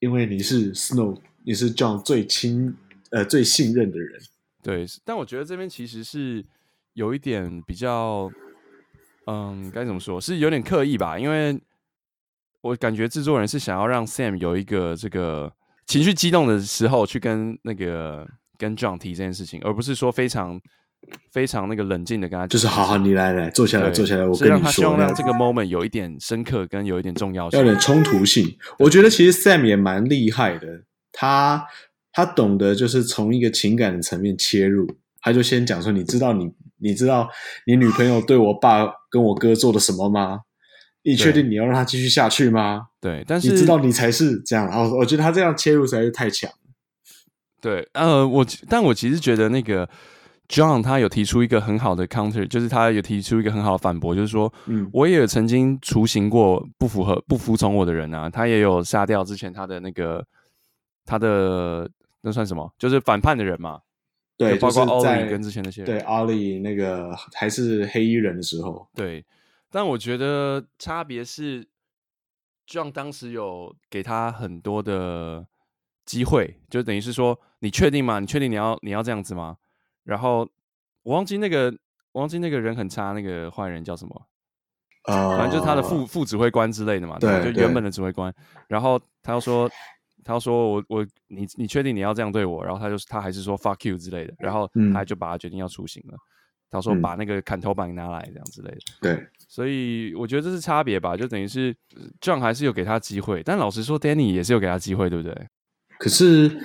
[SPEAKER 1] 因为你是 Snow，你是 John 最亲呃最信任的人。
[SPEAKER 2] 对，但我觉得这边其实是有一点比较，嗯，该怎么说，是有点刻意吧？因为我感觉制作人是想要让 Sam 有一个这个情绪激动的时候去跟那个跟 John 提这件事情，而不是说非常非常那个冷静的跟他
[SPEAKER 1] 就是好好，你来来坐下来，
[SPEAKER 2] 对
[SPEAKER 1] 坐下来，我
[SPEAKER 2] 是
[SPEAKER 1] 跟
[SPEAKER 2] 让
[SPEAKER 1] 你
[SPEAKER 2] 他希
[SPEAKER 1] 说
[SPEAKER 2] 望
[SPEAKER 1] 那
[SPEAKER 2] 让
[SPEAKER 1] 样
[SPEAKER 2] 这
[SPEAKER 1] 子，
[SPEAKER 2] 个 moment 有一点深刻跟有一点重要
[SPEAKER 1] 要有
[SPEAKER 2] 性。
[SPEAKER 1] 点冲突性。
[SPEAKER 2] 哦
[SPEAKER 1] 我觉得其实 Sam 也蛮厉害的，他他懂得就是从一个情感的层面切入，他就先讲说，你知道你你知道你女朋友对我爸跟我哥做了什么吗？你确
[SPEAKER 2] 对
[SPEAKER 1] 定你要让他继续下去吗？
[SPEAKER 2] 对，但
[SPEAKER 1] 你
[SPEAKER 2] 是
[SPEAKER 1] 知道你才是这样，然后我觉得他这样切入实在是太强了。
[SPEAKER 2] 对，呃，我其但我其实觉得那个 John 他有提出一个很好的 counter，就是他有提出一个很好的反驳，就是说，
[SPEAKER 1] 嗯
[SPEAKER 2] 我也有曾经处刑过不符合、不服从我的人啊，他也有杀掉之前他的那个他的那算什么，就是反叛的人嘛，
[SPEAKER 1] 对，
[SPEAKER 2] 就包
[SPEAKER 1] 就
[SPEAKER 2] 括
[SPEAKER 1] 是
[SPEAKER 2] o l
[SPEAKER 1] 在
[SPEAKER 2] i 跟之前那些人，
[SPEAKER 1] 对奥利那个还是黑衣人的时候，
[SPEAKER 2] 对，但我觉得差别是，John 当时有给他很多的机会，就等于是说，你确定吗？你确定你要你要这样子吗？然后我忘记那个我忘记那个人很差，那个坏人叫什么？
[SPEAKER 1] 呃，
[SPEAKER 2] 反正就是他的副副指挥官之类的嘛，
[SPEAKER 1] 对
[SPEAKER 2] 吧就原
[SPEAKER 1] 对
[SPEAKER 2] 本的指挥官。然后他又说，他又说我我你你确定你要这样对我？然后他就是他还是说 fuck you 之类的，然后
[SPEAKER 1] 嗯
[SPEAKER 2] 他就把他决定要处刑了。他说
[SPEAKER 1] 嗯
[SPEAKER 2] 把那个砍头板拿来这样之类的。
[SPEAKER 1] 对
[SPEAKER 2] 所以我觉得这是差别吧，就等于是呃 John 还是有给他机会，但老实说，Danny 也是有给他机会，对不对？
[SPEAKER 1] 可是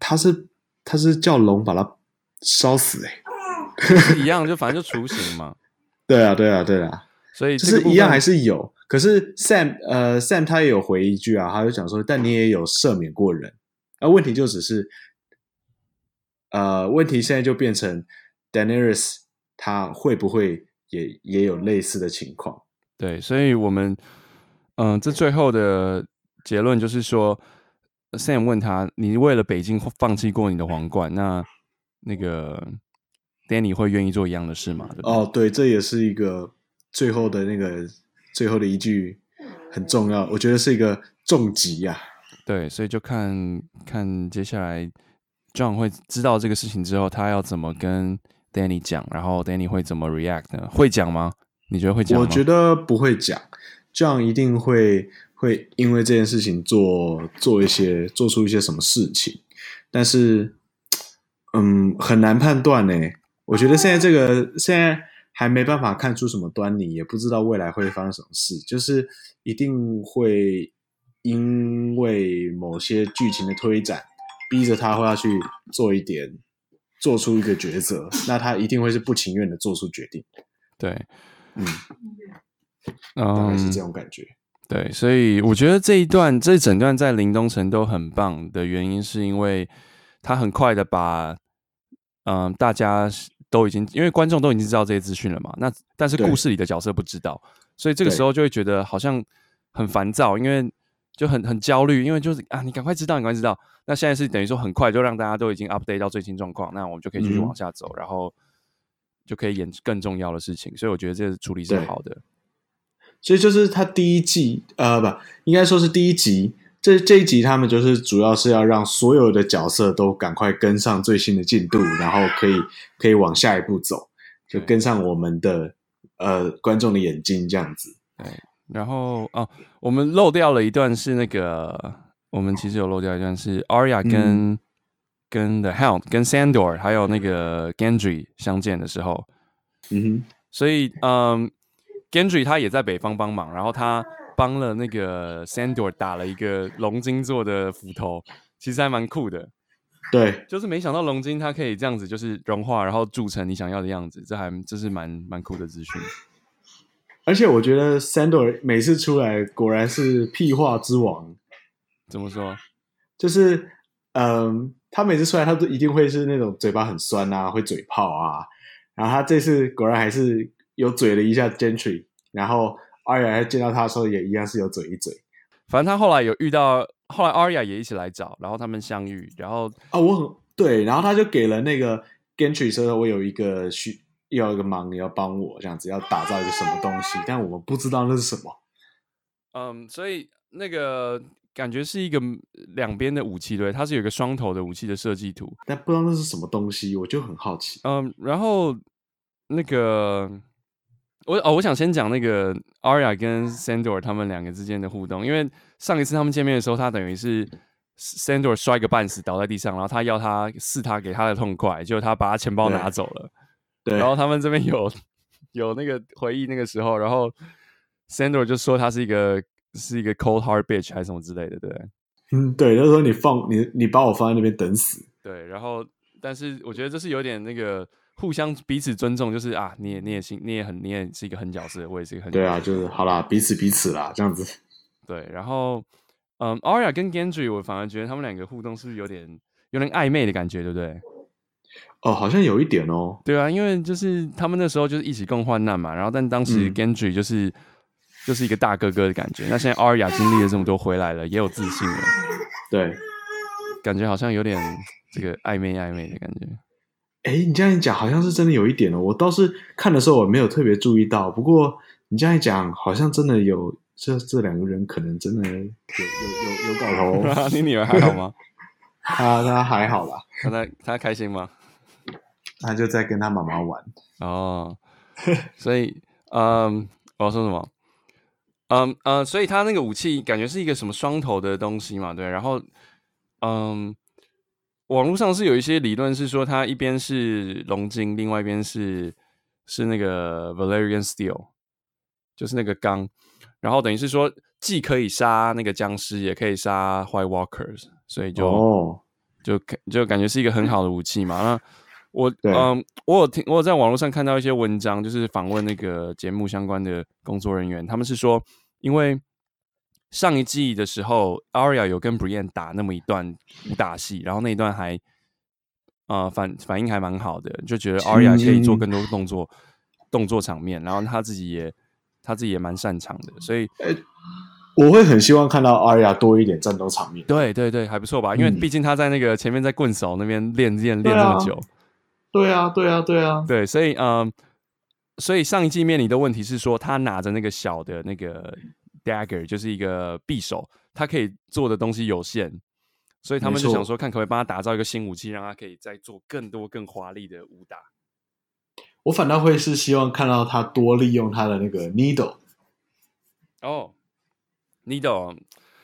[SPEAKER 1] 他是他是叫龙把他烧死哎、欸，
[SPEAKER 2] 是一样，就反正就处刑嘛。
[SPEAKER 1] 对啊对啊对啊，
[SPEAKER 2] 所以
[SPEAKER 1] 就
[SPEAKER 2] 这个
[SPEAKER 1] 是
[SPEAKER 2] 部
[SPEAKER 1] 一样
[SPEAKER 2] 分
[SPEAKER 1] 还是有。可是 Sam 呃 Sam 他也有回一句啊，他就讲说，但你也有赦免过人，而、问题就只是，呃，问题现在就变成 Daenerys 他会不会也也有类似的情况？
[SPEAKER 2] 对，所以我们嗯、这最后的结论就是说呃，Sam 问他：“你为了北京放弃过你的皇冠，那那个 Danny 会愿意做一样的事吗？”对不对
[SPEAKER 1] 哦，对，这也是一个最后的那个最后的一句很重要，我觉得是一个重啊疾呀、
[SPEAKER 2] 对，所以就看看接下来 John 会知道这个事情之后，他要怎么跟 Danny 讲，然后 Danny 会怎么 react 呢？会讲吗？你觉得会讲吗？
[SPEAKER 1] 我觉得不会讲， John 一定会会因为这件事情做做一些做出一些什么事情，但是嗯很难判断呢。我觉得现在这个现在还没办法看出什么端倪，也不知道未来会发生什么事，就是一定会因为某些剧情的推展，逼着他会要去做一点。做出一个抉择，那他一定会是不情愿的做出决定，
[SPEAKER 2] 对，
[SPEAKER 1] 嗯，大概
[SPEAKER 2] 嗯
[SPEAKER 1] 是，这种感觉。
[SPEAKER 2] 对，所以我觉得这一段这一整段在林东城都很棒的原因，是因为他很快的把，嗯、大家是都已经因为观众都已经知道这些资讯了嘛，那但是
[SPEAKER 1] 对
[SPEAKER 2] 故事里的角色不知道，所以这个
[SPEAKER 1] 对
[SPEAKER 2] 时候就会觉得好像很烦躁，因为就很很焦虑，因为就是啊，你赶快知道，你赶快知道。那现在是等于说很快就让大家都已经 update 到最新状况，那我们就可以继续
[SPEAKER 1] 嗯哼
[SPEAKER 2] 往下走，然后就可以演更重要的事情，所以我觉得这个处理是
[SPEAKER 1] 对
[SPEAKER 2] 好的，
[SPEAKER 1] 所以就是他第一季，呃，不，应该说是第一集。这这一集他们就是主要是要让所有的角色都赶快跟上最新的进度，然后可以可以往下一步走，就
[SPEAKER 2] 对
[SPEAKER 1] 跟上我们的呃观众的眼睛这样子。
[SPEAKER 2] 然后哦，我们漏掉了一段是那个，我们其实有漏掉一段是 Arya 跟、跟 The Hound、跟 Sandor 还有那个 Gendry 相见的时候，
[SPEAKER 1] 嗯
[SPEAKER 2] 所以嗯，Gendry 他也在北方帮忙，然后他帮了那个 Sandor 打了一个龙筋做的斧头，其实还蛮酷的。
[SPEAKER 1] 哼，对，
[SPEAKER 2] 就是没想到龙筋它可以这样子，就是融化，然后铸成你想要的样子，这还这是蛮蛮酷的资讯。
[SPEAKER 1] 而且我觉得 Sandor 每次出来果然是屁话之王，
[SPEAKER 2] 怎么说？
[SPEAKER 1] 就是嗯，他每次出来，他都一定会是那种嘴巴很酸啊，会嘴炮啊。然后他这次果然还是有嘴了一下 Gentry，然后阿雅见到他的时候也一样是有嘴一嘴
[SPEAKER 2] 反正他后来有遇到，后来 Arya 也一起来找，然后他们相遇，然后
[SPEAKER 1] 啊、我很对，然后他就给了那个 Gentry 说，我有一个需要一个忙，你要帮我这样子，要打造一个什么东西，但我们不知道那是什么。
[SPEAKER 2] 嗯，所以那个感觉是一个嗯两边的武器对，它是有一个双头的武器的设计图，
[SPEAKER 1] 但不知道那是什么东西，我就很好奇。
[SPEAKER 2] 嗯，然后那个我哦，我想先讲那个 Arya 跟 Sandor 他们两个之间的互动，因为上一次他们见面的时候，他等于是 Sandor 摔个半死倒在地上，然后他要他试他给他的痛快，结果他把他钱包拿
[SPEAKER 1] 对
[SPEAKER 2] 走了。
[SPEAKER 1] 对，
[SPEAKER 2] 然后他们这边有 *laughs* 有那个回忆那个时候，然后 Sandor 就说他是一个是一个 cold hard bitch 还是什么之类的，对不对
[SPEAKER 1] 嗯，对，他说你放你你把我放在那边等死，
[SPEAKER 2] 对。然后但是我觉得这是有点那个互相彼此尊重，就是啊，你也你也行，你也很你也是一个狠角 *laughs* 色，我也是一个狠角
[SPEAKER 1] 对
[SPEAKER 2] 色，
[SPEAKER 1] 啊，就是好啦，彼此彼此啦，这样子。
[SPEAKER 2] 对。然后嗯，Arya 跟 Gendry，我反而觉得他们两个互动是不是有点有点暧昧的感觉，对不对？
[SPEAKER 1] 哦，好像有一点哦。
[SPEAKER 2] 对啊，因为就是他们那时候就是一起共患难嘛，然后但当时
[SPEAKER 1] 嗯
[SPEAKER 2] Gendry 就是、就是一个大哥哥的感觉，那现在 Arya 经历了这么多回来了，也有自信了，
[SPEAKER 1] 对，
[SPEAKER 2] 感觉好像有点这个暧昧暧昧的感觉。 *laughs*
[SPEAKER 1] 哎，你这样一讲，好像是真的有一点哦。我倒是看的时候我没有特别注意到，不过你这样一讲，好像真的有这这两个人可能真的有有有有搞头
[SPEAKER 2] *laughs*
[SPEAKER 1] 哦。
[SPEAKER 2] 啊你女儿还好吗？
[SPEAKER 1] 他他还好啦，
[SPEAKER 2] 她在她开心吗？
[SPEAKER 1] 他就在跟他妈妈玩。
[SPEAKER 2] 哦，所以嗯，我要说什么？嗯呃，所以他那个武器感觉是一个什么双头的东西嘛，对。然后嗯，网络上是有一些理论是说，它一边是龙晶，另外一边是是那个 Valerian Steel，就是那个钢。然后等于是说，既可以杀那个僵尸，也可以杀坏 Walkers，所以就、
[SPEAKER 1] 哦，
[SPEAKER 2] 就感就感觉是一个很好的武器嘛。那我
[SPEAKER 1] 对
[SPEAKER 2] 嗯，我有听我有在网络上看到一些文章，就是访问那个节目相关的工作人员，他们是说，因为上一季的时候，Aria 有跟 Brian 打那么一段武打戏，然后那一段还呃反反应还蛮好的，就觉得
[SPEAKER 1] 嗯
[SPEAKER 2] Aria 可以做更多动作、动作场面，然后他自己也他自己也蛮擅长的，所以
[SPEAKER 1] 我会很希望看到阿雅多一点战斗场面。
[SPEAKER 2] 对对对还不错吧，因为
[SPEAKER 1] 嗯
[SPEAKER 2] 毕竟他在那个前面在棍手那边练练
[SPEAKER 1] 对
[SPEAKER 2] 练这么
[SPEAKER 1] 啊
[SPEAKER 2] 久。
[SPEAKER 1] 对啊，对啊，对啊。
[SPEAKER 2] 对，所以嗯，所以上一季面临的问题是说，他拿着那个小的那个 dagger，就是一个匕首，他可以做的东西有限，所以他们就
[SPEAKER 1] 没错
[SPEAKER 2] 想说，看可不可以帮他打造一个新武器，让他可以再做更多更华丽的武打。
[SPEAKER 1] 我反倒会是希望看到他多利用他的那个 needle，
[SPEAKER 2] 哦，Needle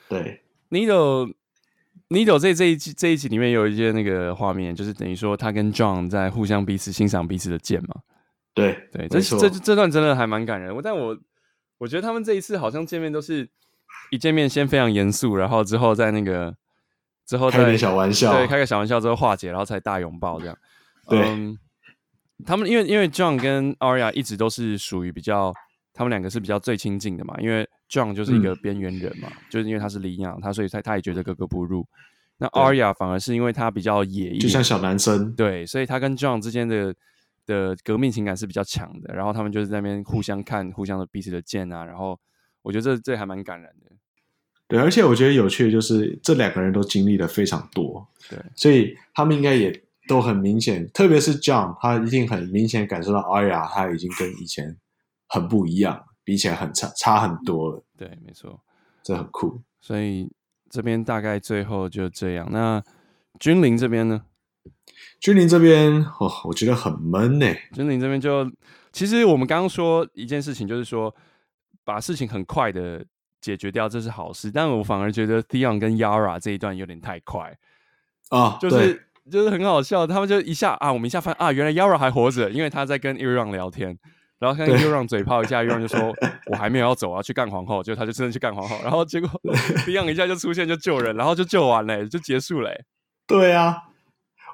[SPEAKER 1] 对，
[SPEAKER 2] Needle Needle 在这一季这一集里面有一些那个画面，就是等于说他跟 John 在互相彼此欣赏彼此的剑嘛。
[SPEAKER 1] 对，
[SPEAKER 2] 对，这
[SPEAKER 1] 没错，
[SPEAKER 2] 这这段真的还蛮感人。我但我我觉得他们这一次好像见面都是一见面先非常严肃，然后之后在那个之后
[SPEAKER 1] 开
[SPEAKER 2] 再
[SPEAKER 1] 点小玩笑，
[SPEAKER 2] 对开个小玩笑之后化解，然后才大拥抱这样。
[SPEAKER 1] 对
[SPEAKER 2] 嗯、他们因为因为 John 跟 Aria 一直都是属于比较，他们两个是比较最亲近的嘛，因为 John 就是一个边缘人嘛，就是因为他是领养他，所以他他也觉得格格不入。那 Aria 反而是因为他比较野一点，
[SPEAKER 1] 就像小男生，
[SPEAKER 2] 对，所以他跟 John 之间的的革命情感是比较强的，然后他们就是在那边互相看、互相的彼此的剑啊，然后我觉得这这还蛮感人的。
[SPEAKER 1] 对，而且我觉得有趣的就是这两个人都经历了非常多，
[SPEAKER 2] 对，
[SPEAKER 1] 所以他们应该也都很明显，特别是 John，他一定很明显感受到 Aria 他已经跟以前很不一样，比起来很差差很多了，
[SPEAKER 2] 对，没错。
[SPEAKER 1] 这很酷。
[SPEAKER 2] 所以这边大概最后就这样。那君临这边呢？
[SPEAKER 1] 君临这边，哦，我觉得很闷呢、
[SPEAKER 2] 君临这边就，其实我们刚刚说一件事情，就是说把事情很快的解决掉，这是好事。但我反而觉得 Theon 跟 Yara 这一段有点太快，
[SPEAKER 1] 啊，
[SPEAKER 2] 就
[SPEAKER 1] 对
[SPEAKER 2] 是就是很好笑，他们就一下啊，我们一下发现啊，原来 Yara 还活着，因为他在跟 Iran 聊天，然后跟
[SPEAKER 1] 对
[SPEAKER 2] Iran 嘴炮一下，Iran 就说我还没有要走啊，去干皇后，结果他就真的去干皇后，然
[SPEAKER 1] *laughs*
[SPEAKER 2] 后结果 *laughs* Beyond 一下就出现就救人，然后就救完了、就结束了、
[SPEAKER 1] 对啊，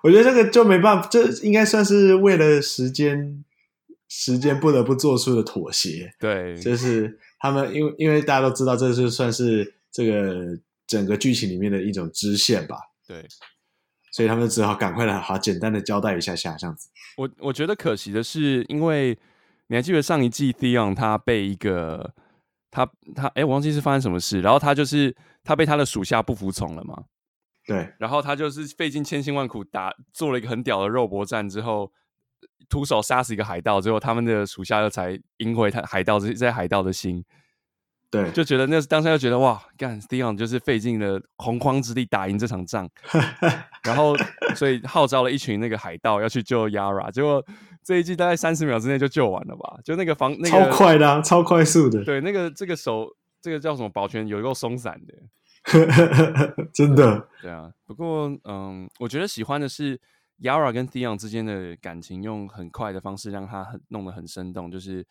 [SPEAKER 1] 我觉得这个就没办法，这应该算是为了时间，时间不得不做出的妥协。
[SPEAKER 2] 对，
[SPEAKER 1] 就是他们，因为因为大家都知道，这是算是这个整个剧情里面的一种支线吧，
[SPEAKER 2] 对
[SPEAKER 1] 所以他们只好赶快的好简单的交代一下下这样子。
[SPEAKER 2] 我我觉得可惜的是，因为你还记得上一季 Theon 他被一个他他哎，我忘记是发生什么事，然后他就是他被他的属下不服从了嘛，
[SPEAKER 1] 对
[SPEAKER 2] 然后他就是费尽千辛万苦打做了一个很屌的肉搏战之后，徒手杀死一个海盗，之后他们的属下又才赢回他海盗这在海盗的心，
[SPEAKER 1] 对，
[SPEAKER 2] 就觉得那当下就觉得哇，干 Dion 就是费尽了洪荒之力打赢这
[SPEAKER 1] *laughs*
[SPEAKER 2] 场仗，然后所以号召了一群那个海盗要去救 Yara，结果这一季大概三十秒之内就救完了吧，就那个防那
[SPEAKER 1] 超
[SPEAKER 2] 个
[SPEAKER 1] 快的、啊，超快速的， *laughs*
[SPEAKER 2] 对那个这个手这个叫什么保全有够松散的，
[SPEAKER 1] 真的。
[SPEAKER 2] 对啊，不过嗯，我觉得喜欢的是 Yara 跟 Theon 之间的感情，用很快的方式让他很弄得很生动，就是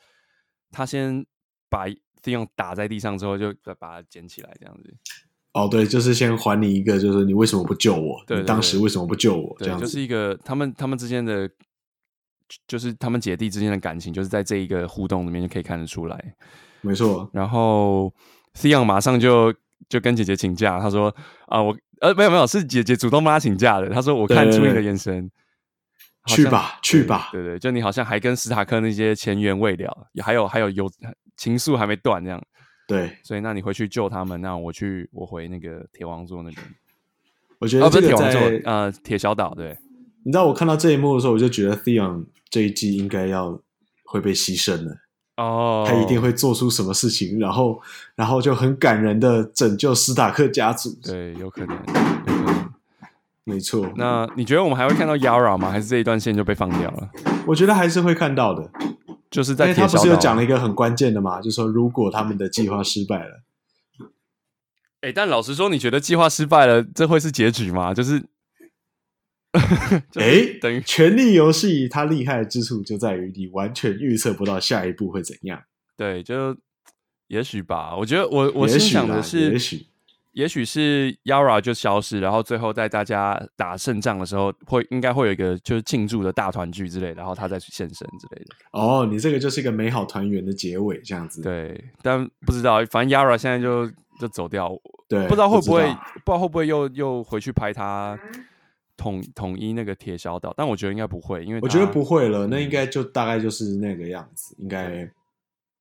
[SPEAKER 2] 他先把 Theon 打在地上之后，就再把他捡起来这样子。
[SPEAKER 1] 哦，对，就是先还你一个，就是你为什么不救我？
[SPEAKER 2] 对对
[SPEAKER 1] 你当时为什么不救我？这
[SPEAKER 2] 对，
[SPEAKER 1] 样
[SPEAKER 2] 就
[SPEAKER 1] 子。
[SPEAKER 2] 是一个他们他们之间的，就是他们姐弟之间的感情，就是在这一个互动里面就可以看得出来。
[SPEAKER 1] 没错，
[SPEAKER 2] 然后 Theon 马上就就跟姐姐请假，他说啊我呃没有没有是姐姐主动帮他请假的，他说我看出你的眼神，好
[SPEAKER 1] 去
[SPEAKER 2] 像
[SPEAKER 1] 吧，去
[SPEAKER 2] 对
[SPEAKER 1] 吧。
[SPEAKER 2] 对对，就你好像还跟史塔克那些前缘未了，也还有还有有情愫还没断这样，
[SPEAKER 1] 对，
[SPEAKER 2] 所以那你回去救他们，那我去我回那个铁王座那边，
[SPEAKER 1] 我觉
[SPEAKER 2] 哦
[SPEAKER 1] 得这
[SPEAKER 2] 不是
[SPEAKER 1] 个
[SPEAKER 2] 铁
[SPEAKER 1] 在
[SPEAKER 2] 王座，呃铁小岛对，
[SPEAKER 1] 你知道我看到这一幕的时候，我就觉得 Theon 这一季应该要会被牺牲了，
[SPEAKER 2] 哦，
[SPEAKER 1] 他一定会做出什么事情，然后然后就很感人的拯救斯塔克家族。
[SPEAKER 2] 对，有可能，有可能。
[SPEAKER 1] 没错，
[SPEAKER 2] 那你觉得我们还会看到 Yara 吗？还是这一段线就被放掉了？
[SPEAKER 1] 我觉得还是会看到的，
[SPEAKER 2] 就是
[SPEAKER 1] 因
[SPEAKER 2] 在
[SPEAKER 1] 为
[SPEAKER 2] 铁
[SPEAKER 1] 他不
[SPEAKER 2] 小
[SPEAKER 1] 是有
[SPEAKER 2] 岛
[SPEAKER 1] 讲了一个很关键的嘛，就说如果他们的计划失败了，
[SPEAKER 2] 哎、但老实说，你觉得计划失败了，这会是结局吗？就是， *laughs* 就是
[SPEAKER 1] 诶，
[SPEAKER 2] 等于
[SPEAKER 1] 权力游戏》它厉害之处就在于你完全预测不到下一步会怎样。
[SPEAKER 2] 对，就也许吧。我觉得我我
[SPEAKER 1] 也
[SPEAKER 2] 心
[SPEAKER 1] 许
[SPEAKER 2] 想
[SPEAKER 1] 啦
[SPEAKER 2] 的是，
[SPEAKER 1] 也许
[SPEAKER 2] 也许是 Yara 就消失，然后最后在大家打胜仗的时候，会应该会有一个就是庆祝的大团聚之类，然后他再去现身之类的。
[SPEAKER 1] 哦，你这个就是一个美好团圆的结尾，这样子。
[SPEAKER 2] 对，但不知道，反正 Yara 现在就就走掉，
[SPEAKER 1] 对，
[SPEAKER 2] 不知道会不会，
[SPEAKER 1] 道
[SPEAKER 2] 不知道会不会又又回去拍他统统一那个铁小岛，但我觉得应该不会，因为
[SPEAKER 1] 我觉得
[SPEAKER 2] 他
[SPEAKER 1] 不会
[SPEAKER 2] 嗯
[SPEAKER 1] 了，那应该就大概就是那个样子，应该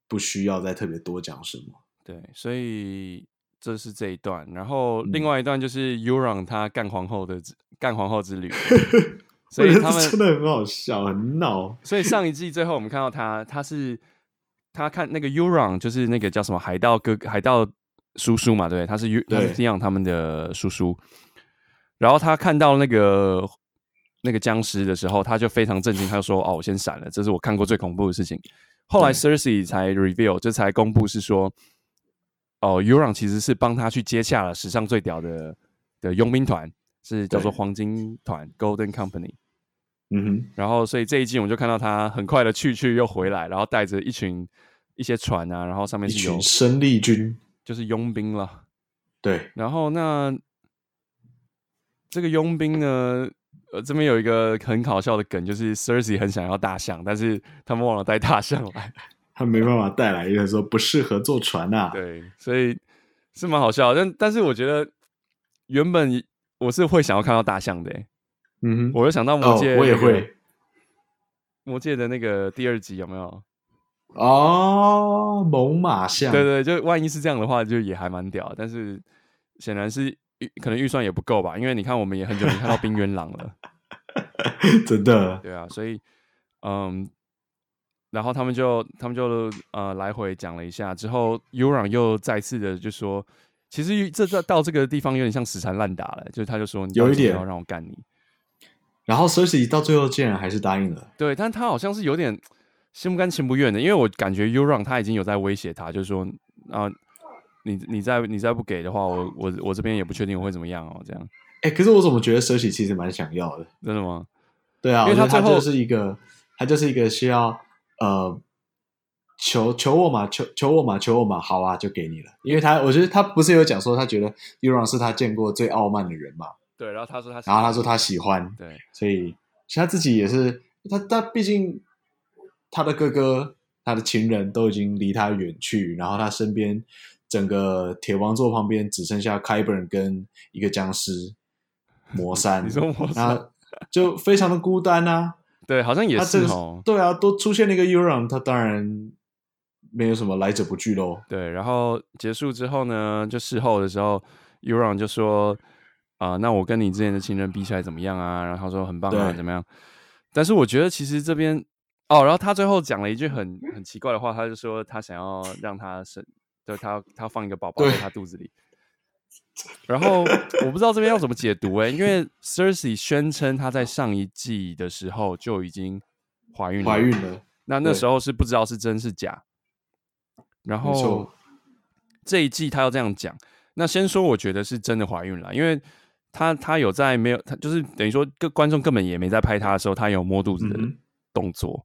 [SPEAKER 1] 不需要再特别多讲什么。
[SPEAKER 2] 对，所以这是这一段，然后
[SPEAKER 1] 嗯
[SPEAKER 2] 另外一段就是 Uran 他干皇后的之干皇后之
[SPEAKER 1] *laughs*
[SPEAKER 2] 旅，所
[SPEAKER 1] 我
[SPEAKER 2] 以
[SPEAKER 1] 觉得
[SPEAKER 2] 他们
[SPEAKER 1] 这真的很好笑，很闹。
[SPEAKER 2] 所以上一季最后我们看到他，他是他看那个 Uran 就是那个叫什么海盗哥海盗叔叔嘛，对不对，他是 U 他
[SPEAKER 1] 对
[SPEAKER 2] 是 Dion 他们的叔叔，然后他看到那个。那个僵尸的时候，他就非常震惊，他就说：“哦，我先闪了，这是我看过最恐怖的事情。”后来
[SPEAKER 1] 对
[SPEAKER 2] Cersei 才 reveal，就才公布是说，哦 u r a n 其实是帮他去接洽了史上最屌的的佣兵团，是叫做
[SPEAKER 1] 对
[SPEAKER 2] 黄金团 Golden Company。
[SPEAKER 1] 嗯哼，
[SPEAKER 2] 然后所以这一季我们就看到他很快的去去又回来，然后带着一群一些船啊，然后上面
[SPEAKER 1] 一
[SPEAKER 2] 是有
[SPEAKER 1] 群生力军，
[SPEAKER 2] 就是佣兵了。
[SPEAKER 1] 对，
[SPEAKER 2] 然后那这个佣兵呢，呃，这边有一个很搞笑的梗，就是 Cersei 很想要大象，但是他们忘了带大象
[SPEAKER 1] *laughs*
[SPEAKER 2] 来。
[SPEAKER 1] 他没办法带来，因为说不适合坐船啊。
[SPEAKER 2] 对，所以是蛮好笑的，但但是我觉得原本我是会想要看到大象的欸、
[SPEAKER 1] 嗯哼，
[SPEAKER 2] 我又想到魔
[SPEAKER 1] 哦
[SPEAKER 2] 戒、，
[SPEAKER 1] 我也会。
[SPEAKER 2] 魔戒的那个第二集有没有？
[SPEAKER 1] 哦，猛犸象，
[SPEAKER 2] 对对，就万一是这样的话，就也还蛮屌。但是显然是预可能预算也不够吧，因为你看我们也很久没看到冰原狼了，
[SPEAKER 1] 真的，
[SPEAKER 2] 对啊，所以嗯，然后他们就他们就呃来回讲了一下之后，Uran 又再次的就说，其实这这到这个地方有点像死缠烂打了，就是他就说你
[SPEAKER 1] 有
[SPEAKER 2] 到
[SPEAKER 1] 一
[SPEAKER 2] 底什么时
[SPEAKER 1] 点
[SPEAKER 2] 候让我干你，
[SPEAKER 1] 然后 Cersei 到最后竟然还是答应了。
[SPEAKER 2] 对，但他好像是有点心不甘情不愿的，因为我感觉 Uran 他已经有在威胁他，就是说啊。你你再你再不给的话，我我我这边也不确定我会怎么样哦，这样。
[SPEAKER 1] 哎，可是我怎么觉得 Cersei 其实蛮想要的？
[SPEAKER 2] 真的吗？
[SPEAKER 1] 对啊，
[SPEAKER 2] 因为
[SPEAKER 1] 我觉得
[SPEAKER 2] 他
[SPEAKER 1] 他
[SPEAKER 2] 最后
[SPEAKER 1] 就是一个，他就是一个需要呃求求我嘛，求求我嘛，求我嘛，好啊，就给你了。因为他，我觉得他不是有讲说，他觉得 Euron 是他见过最傲慢的人嘛，
[SPEAKER 2] 对，然后他说他，
[SPEAKER 1] 然后他说他喜欢，
[SPEAKER 2] 对
[SPEAKER 1] 所以其实他自己也是，他他毕竟他的哥哥、他的情人都已经离他远去，然后他身边整个铁王座旁边只剩下 Kyburn 跟一个僵尸魔山，
[SPEAKER 2] 你说我
[SPEAKER 1] 然
[SPEAKER 2] 说
[SPEAKER 1] 后就非常的孤单啊。
[SPEAKER 2] 对，好 *laughs* 像也
[SPEAKER 1] 他这
[SPEAKER 2] 是
[SPEAKER 1] 个
[SPEAKER 2] 哦。
[SPEAKER 1] 对啊，都出现了一个 Euron，他当然没有什么来者不拒喽。
[SPEAKER 2] 对，然后结束之后呢，就事后的时候，Uran 就说啊、那我跟你之前的情人比起来怎么样啊？然后他说很棒啊，
[SPEAKER 1] 对
[SPEAKER 2] 怎么样？但是我觉得其实这边哦，然后他最后讲了一句很很奇怪的话，他就说他想要让他生，就他他放一个宝宝
[SPEAKER 1] 对
[SPEAKER 2] 在他肚子里。然后我不知道这边要怎么解读哎、因为 Cersei 宣称她在上一季的时候就已经怀孕了，
[SPEAKER 1] 怀孕了，
[SPEAKER 2] 那那
[SPEAKER 1] 对
[SPEAKER 2] 时候是不知道是真是假。然
[SPEAKER 1] 没
[SPEAKER 2] 后
[SPEAKER 1] 错，
[SPEAKER 2] 这一季他要这样讲，那先说我觉得是真的怀孕了，因为他他有在没有他就是等于说各观众根本也没在拍他的时候，他有摸肚子的
[SPEAKER 1] 嗯哼
[SPEAKER 2] 动作。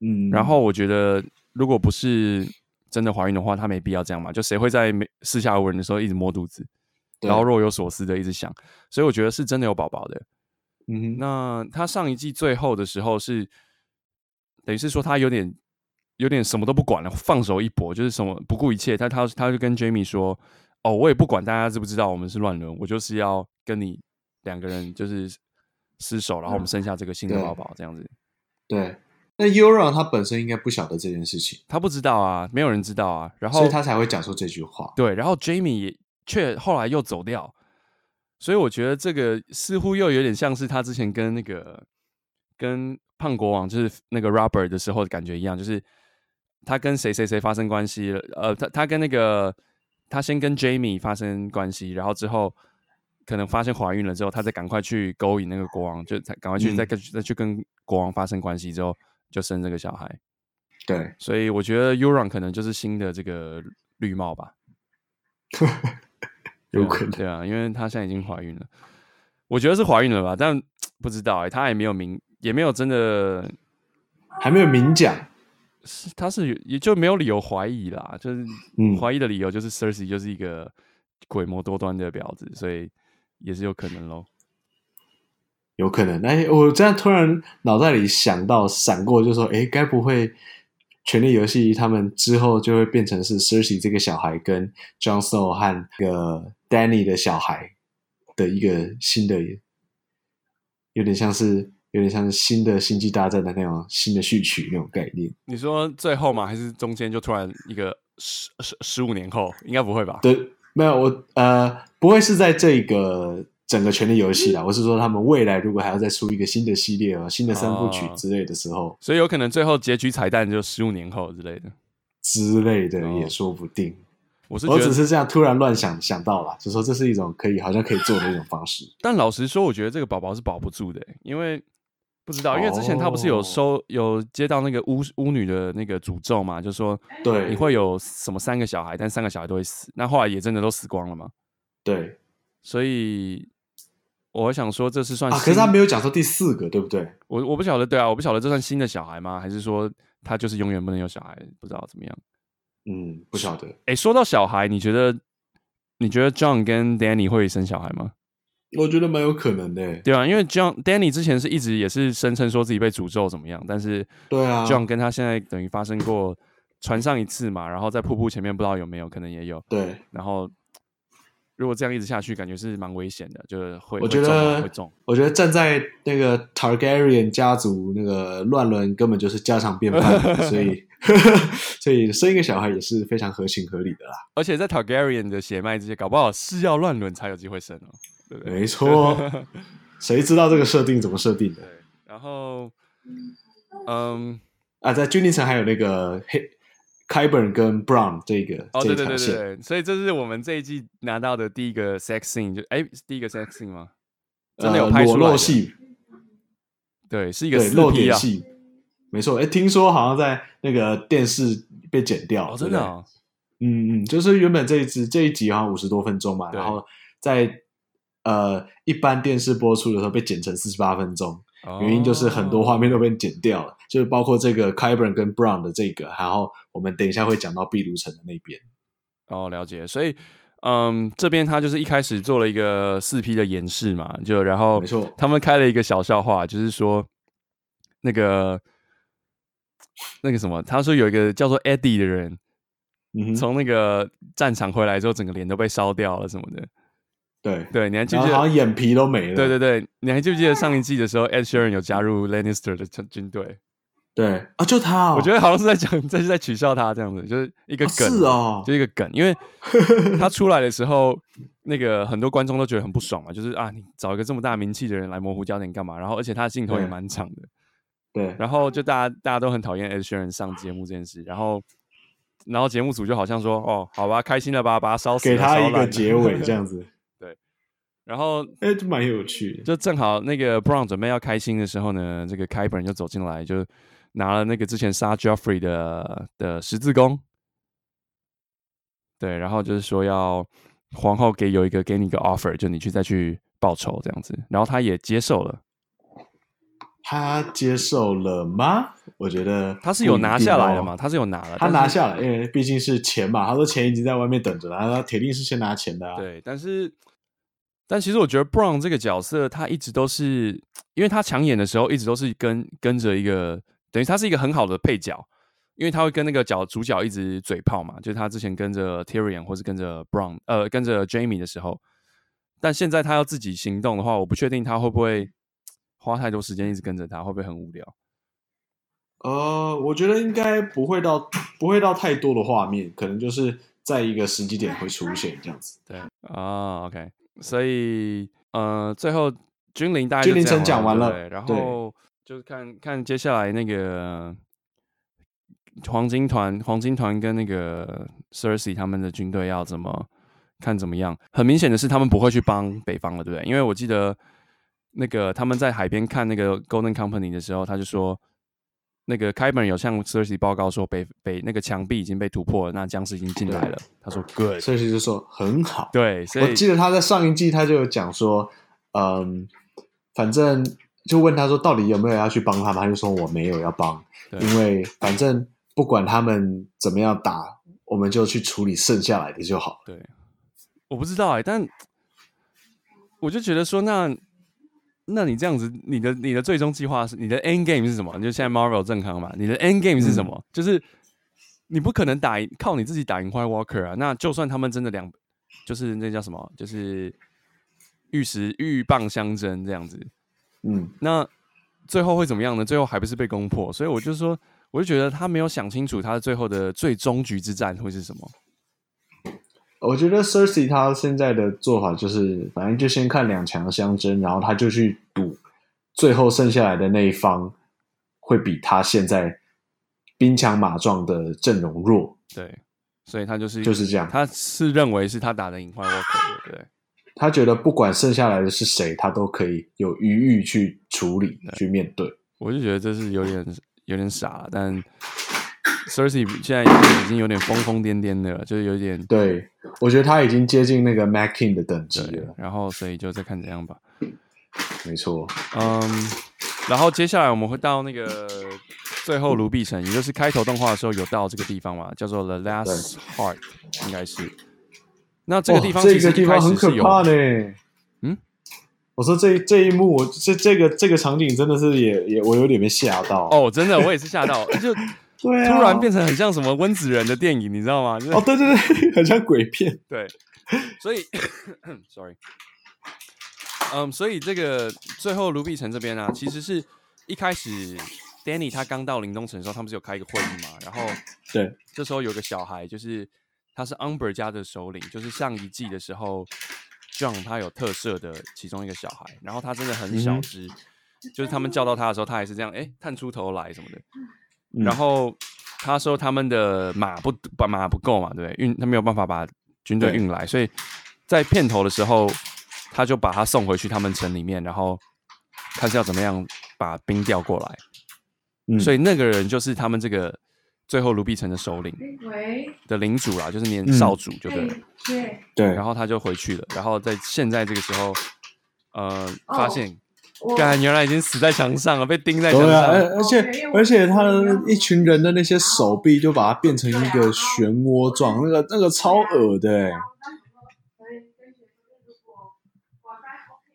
[SPEAKER 1] 嗯，
[SPEAKER 2] 然后我觉得如果不是真的怀孕的话，他没必要这样嘛，就谁会在没四下无人的时候一直摸肚子，
[SPEAKER 1] 对
[SPEAKER 2] 然后若有所思的一直想，所以我觉得是真的有宝宝的。
[SPEAKER 1] 嗯哼，
[SPEAKER 2] 那他上一季最后的时候是，等于是说他有点有点什么都不管了，放手一搏，就是什么不顾一切。他他他就跟 Jamie 说：“哦，我也不管大家知不知道我们是乱伦，我就是要跟你两个人就是厮守，然后我们生下这个新的
[SPEAKER 1] 嗯对
[SPEAKER 2] 宝宝这样子。
[SPEAKER 1] 对。那 Euron 他本身应该不晓得这件事情，”
[SPEAKER 2] 他不知道啊，没有人知道啊。然后
[SPEAKER 1] 所以他才会讲出这句话。
[SPEAKER 2] 对，然后 Jamie 也却后来又走掉，所以我觉得这个似乎又有点像是他之前跟那个跟胖国王就是那个 Robert 的时候的感觉一样，就是他跟谁谁谁发生关系了，呃，他他跟那个他先跟 Jamie 发生关系，然后之后。可能发现怀孕了之后，他再赶快去勾引那个国王，就才赶快去
[SPEAKER 1] 嗯
[SPEAKER 2] 再跟、再去跟国王发生关系之后，就生这个小孩。
[SPEAKER 1] 对，
[SPEAKER 2] 所以我觉得 Uran 可能就是新的这个绿帽吧。对
[SPEAKER 1] 有
[SPEAKER 2] 啊
[SPEAKER 1] 可能。
[SPEAKER 2] 对啊，因为她现在已经怀孕了，我觉得是怀孕了吧，但不知道哎、她也没有明，也没有真的，
[SPEAKER 1] 还没有明讲。
[SPEAKER 2] 是她是有也就没有理由怀疑啦，就是
[SPEAKER 1] 嗯
[SPEAKER 2] 怀疑的理由就是 Cersei 就是一个鬼魔多端的婊子，所以也是有可能喽。
[SPEAKER 1] 有可能。哎，我这样突然脑袋里想到闪过，就说，哎，该不会《权力游戏》他们之后就会变成是 Cersei 这个小孩跟 Jon Snow 和那个 Danny 的小孩的一个新的，有点像是有点像是新的《星际大战》的那种新的序曲那种概念。
[SPEAKER 2] 你说最后吗？还是中间就突然一个十十十五年后？应该不会吧？
[SPEAKER 1] 对，没有我呃，不会是在这个整个《权力游戏》啦，我是说他们未来如果还要再出一个新的系列啊，新的三部曲
[SPEAKER 2] 哦
[SPEAKER 1] 之类的时候。
[SPEAKER 2] 所以有可能最后结局彩蛋就十五年后之类的。
[SPEAKER 1] 之类的
[SPEAKER 2] 哦
[SPEAKER 1] 也说不定。
[SPEAKER 2] 我是觉
[SPEAKER 1] 我
[SPEAKER 2] 得
[SPEAKER 1] 只是这样突然乱想想到了，就说这 *laughs* 是一种可以好像可以做的一种方式。
[SPEAKER 2] 但老实说，我觉得这个宝宝是保不住的欸，因为不知道，因为之前他不是有
[SPEAKER 1] 哦
[SPEAKER 2] 收有接到那个巫巫女的那个诅咒嘛，就说
[SPEAKER 1] 对，
[SPEAKER 2] 你会有什么三个小孩，但三个小孩都会死。那后来也真的都死光了嘛，
[SPEAKER 1] 对
[SPEAKER 2] 所以我想说这是算
[SPEAKER 1] 啊，可
[SPEAKER 2] 新
[SPEAKER 1] 是他没有讲说第四个，对不对？
[SPEAKER 2] 我我不晓得，对啊，我不晓得这算新的小孩吗？还是说他就是永远不能有小孩？不知道怎么样。
[SPEAKER 1] 嗯，不晓得。
[SPEAKER 2] 哎，说到小孩，你觉得你觉得 John 跟 Danny 会生小孩吗？
[SPEAKER 1] 我觉得蛮有可能的欸。
[SPEAKER 2] 对啊，因为 John Danny 之前是一直也是声称说自己被诅咒怎么样，但是
[SPEAKER 1] 对啊
[SPEAKER 2] John 跟他现在等于发生过船上一次嘛，然后在瀑布前面不知道有没有，可能也有。
[SPEAKER 1] 对，
[SPEAKER 2] 然后如果这样一直下去，感觉是蛮危险的，就是会
[SPEAKER 1] 我觉
[SPEAKER 2] 会中啊
[SPEAKER 1] 得
[SPEAKER 2] 会中。
[SPEAKER 1] 我觉得站在那个 Targaryen 家族那个乱伦根本就是家常便饭，所 *laughs* 以所以生一个小孩也是非常合情合理的啦。
[SPEAKER 2] 而且在 Targaryen 的血脉之间，搞不好是要乱伦才有机会生哦。对不对？
[SPEAKER 1] 没错，谁知道这个设定怎么设定的
[SPEAKER 2] 对，然后，嗯，
[SPEAKER 1] 啊？在君临城还有那个黑 Kyburn 跟 Brown 这个、
[SPEAKER 2] 哦，
[SPEAKER 1] 这一呃条
[SPEAKER 2] 对对对对
[SPEAKER 1] 线，
[SPEAKER 2] 对，所以这是我们这一季拿到的第一个 sex scene，就哎，是第一个 sex scene 吗？真的有拍
[SPEAKER 1] 呃、
[SPEAKER 2] 出
[SPEAKER 1] 裸
[SPEAKER 2] 来的
[SPEAKER 1] 露戏，
[SPEAKER 2] 对，是一个
[SPEAKER 1] 对，
[SPEAKER 2] 四
[SPEAKER 1] 露
[SPEAKER 2] P
[SPEAKER 1] 点
[SPEAKER 2] 啊，
[SPEAKER 1] 戏，没错。哎，听说好像在那个电视被剪掉，
[SPEAKER 2] 哦，
[SPEAKER 1] 对
[SPEAKER 2] 真
[SPEAKER 1] 不
[SPEAKER 2] 的
[SPEAKER 1] 对
[SPEAKER 2] 哦，
[SPEAKER 1] 嗯嗯，就是原本这一集这一集好像五十多分钟嘛，
[SPEAKER 2] 对
[SPEAKER 1] 然后在呃一般电视播出的时候被剪成四十八分钟，
[SPEAKER 2] 哦
[SPEAKER 1] 原因就是很多画面都被剪掉了，就是包括这个 Kyburn 跟 Brown 的这个，然后我们等一下会讲到壁炉城的那边。
[SPEAKER 2] 哦，了解。所以，嗯，这边他就是一开始做了一个四 P 的演示嘛，就然后
[SPEAKER 1] 没错
[SPEAKER 2] 他们开了一个小笑话，就是说那个那个什么，他说有一个叫做 Eddie 的人，
[SPEAKER 1] 嗯哼，
[SPEAKER 2] 从那个战场回来之后，整个脸都被烧掉了什么的。
[SPEAKER 1] 对，
[SPEAKER 2] 对，你还记
[SPEAKER 1] 然
[SPEAKER 2] 不
[SPEAKER 1] 后
[SPEAKER 2] 记
[SPEAKER 1] 好
[SPEAKER 2] 得？
[SPEAKER 1] 像眼皮都没了。
[SPEAKER 2] 对对对，你还记不记得上一季的时候，Ed Sheeran 有加入 Lannister 的军军队？
[SPEAKER 1] 对啊，就他、哦，
[SPEAKER 2] 我觉得好像是在讲，这是在取笑他这样子，就是一个
[SPEAKER 1] 啊
[SPEAKER 2] 梗，
[SPEAKER 1] 是哦
[SPEAKER 2] 就一个梗。
[SPEAKER 1] *laughs*
[SPEAKER 2] 因为他出来的时候，那个很多观众都觉得很不爽嘛，就是啊，你找一个这么大名气的人来模糊焦点干嘛？然后，而且他的镜头也
[SPEAKER 1] 对
[SPEAKER 2] 蛮长
[SPEAKER 1] *laughs*
[SPEAKER 2] 的，
[SPEAKER 1] 对，
[SPEAKER 2] 然后就大家大家都很讨厌 Ed Sheeran 上节目这件事，然后。然后节目组就好像说，哦，好吧，开心了吧，把他烧死了，
[SPEAKER 1] 给他
[SPEAKER 2] 烧
[SPEAKER 1] 一
[SPEAKER 2] 烂
[SPEAKER 1] 个
[SPEAKER 2] 了
[SPEAKER 1] 结尾这。样子，
[SPEAKER 2] *laughs* 然后
[SPEAKER 1] 哎，就蛮有趣的。
[SPEAKER 2] 就正好那个 Brown 准备要开心的时候呢，这个 Kyburn 就走进来，就拿了那个之前杀 Joffrey 的的十字弓，对，然后就是说要皇后给有一个给你一个 offer，就你去再去报仇这样子，然后他也接受了，
[SPEAKER 1] 他接受了吗？我觉得
[SPEAKER 2] 他是有拿下来的
[SPEAKER 1] 嘛。
[SPEAKER 2] 嘛，他是有拿了，
[SPEAKER 1] 哦他
[SPEAKER 2] 但是
[SPEAKER 1] 拿下了，因为毕竟是钱嘛。他说钱已经在外面等着了，他铁定是先拿钱的、啊。，
[SPEAKER 2] 对，但是但其实我觉得 Brown 这个角色，他一直都是，因为他抢眼的时候一直都是跟跟着一个，等于他是一个很好的配角，因为他会跟那个角主角一直嘴炮嘛，就是他之前跟着 Tyrion 或是跟着 Brown，呃，跟着 Jamie 的时候，但现在他要自己行动的话，我不确定他会不会花太多时间一直跟着他，会不会很无聊？
[SPEAKER 1] 呃，我觉得应该不会到不会到太多的画面，可能就是在一个时机点会出现这样子。
[SPEAKER 2] 对啊、o k 所以呃，最后君临大概
[SPEAKER 1] 君
[SPEAKER 2] 就
[SPEAKER 1] 临
[SPEAKER 2] 这样
[SPEAKER 1] 城讲完
[SPEAKER 2] 对
[SPEAKER 1] 了
[SPEAKER 2] 不对然
[SPEAKER 1] 对
[SPEAKER 2] 后就是看看接下来那个黄金团、黄金团跟那个 Cersei 他们的军队要怎么看怎么样。很明显的是，他们不会去帮北方了，对不对？因为我记得那个他们在海边看那个 Golden Company 的时候，他就说。那个开本有向 Cersei 报告说北北那个墙壁已经被突破了，那僵尸已经进来
[SPEAKER 1] 对
[SPEAKER 2] 了。他说 Good，
[SPEAKER 1] 所以就说很好。
[SPEAKER 2] 对，所
[SPEAKER 1] 我
[SPEAKER 2] 以
[SPEAKER 1] 记得他在上一季他就有讲说，嗯，反正就问他说到底有没有要去帮他们，他就说我没有要帮，
[SPEAKER 2] 对
[SPEAKER 1] 因为反正不管他们怎么样打，我们就去处理剩下来的就好了。
[SPEAKER 2] 对，我不知道哎、但我就觉得说那，那你这样子，你的你的最终计划是你的 end game 是什么？就现在 Marvel 正康嘛，你的 end game 是什
[SPEAKER 1] 嗯
[SPEAKER 2] 么？就是你不可能打赢靠你自己打赢 White Walker 啊。那就算他们真的两，就是那叫什么，就是玉石鹬蚌相争这样子，
[SPEAKER 1] 嗯，
[SPEAKER 2] 那最后会怎么样呢？最后还不是被攻破？所以我就说，我就觉得他没有想清楚他的最后的最终局之战会是什么。
[SPEAKER 1] 我觉得 Cersei 她现在的做法就是，反正就先看两强相争，然后她就去赌最后剩下来的那一方会比她现在兵强马壮的阵容弱，
[SPEAKER 2] 对，所以他就是
[SPEAKER 1] 就是这样。
[SPEAKER 2] 他是认为是他打得赢坏 Walker，对不对？
[SPEAKER 1] 他觉得不管剩下来的是谁，他都可以有余裕去处理、去面对。
[SPEAKER 2] 我就觉得这是有点有点傻，但 Cersei 现在已经有点疯疯癫癫的了，就是有点
[SPEAKER 1] 对，我觉得他已经接近那个 Mac King 的等级
[SPEAKER 2] 对
[SPEAKER 1] 了，，
[SPEAKER 2] 然后所以就再看怎样吧。
[SPEAKER 1] 没错。
[SPEAKER 2] 嗯，然后接下来我们会到那个最后卢碧城，也就是开头动画的时候有到这个地方嘛，叫做 The Last Heart，应该是。那这个地
[SPEAKER 1] 哦、
[SPEAKER 2] 方其
[SPEAKER 1] 这
[SPEAKER 2] 实
[SPEAKER 1] 个地
[SPEAKER 2] 一开
[SPEAKER 1] 方
[SPEAKER 2] 始
[SPEAKER 1] 很可
[SPEAKER 2] 是有
[SPEAKER 1] 怕呢。
[SPEAKER 2] 嗯，
[SPEAKER 1] 我说这这一幕，我这这个这个场景真的是也也我有点被吓到。，
[SPEAKER 2] 哦，真的我也是吓到，就突
[SPEAKER 1] *laughs* 对啊，
[SPEAKER 2] 然变成很像什么温子仁的电影，你知道吗？就是
[SPEAKER 1] 哦，对对对，很像鬼片。
[SPEAKER 2] 对，所以 *coughs* ，sorry，嗯，所以这个最后卢碧城这边啊，其实是一开始 Danny 他刚到林东城的时候，他们是有开一个会议嘛，然后
[SPEAKER 1] 对，
[SPEAKER 2] 这时候有个小孩，就是他是 Amber 家的首领，就是上一季的时候 John 他有特赦的其中一个小孩，然后他真的很
[SPEAKER 1] 嗯
[SPEAKER 2] 小
[SPEAKER 1] 哼
[SPEAKER 2] 只，就是他们叫到他的时候，他还是这样，哎，探出头来什么的，
[SPEAKER 1] 嗯
[SPEAKER 2] 然后他说他们的马不把马不够嘛，对不对？运他没有办法把军队
[SPEAKER 1] 对
[SPEAKER 2] 运来，所以在片头的时候，他就把他送回去他们城里面，然后看是要怎么样把兵调过来。
[SPEAKER 1] 嗯
[SPEAKER 2] 所以那个人就是他们这个最后卢碧城的首领
[SPEAKER 3] 喂，
[SPEAKER 2] 的领主啦，就是年
[SPEAKER 1] 嗯
[SPEAKER 2] 少主就对了。
[SPEAKER 3] 对对，
[SPEAKER 1] 对，啊
[SPEAKER 2] 然后他就回去了，然后在现在这个时候，呃，发
[SPEAKER 3] 哦
[SPEAKER 2] 现
[SPEAKER 3] 我
[SPEAKER 2] 干、原来已经死在墙上了，被钉在墙
[SPEAKER 1] 对啊，
[SPEAKER 2] 上。
[SPEAKER 1] 而而且而且他的一群人的那些手臂就把它变成一个漩涡状，那个那个超恶的、欸，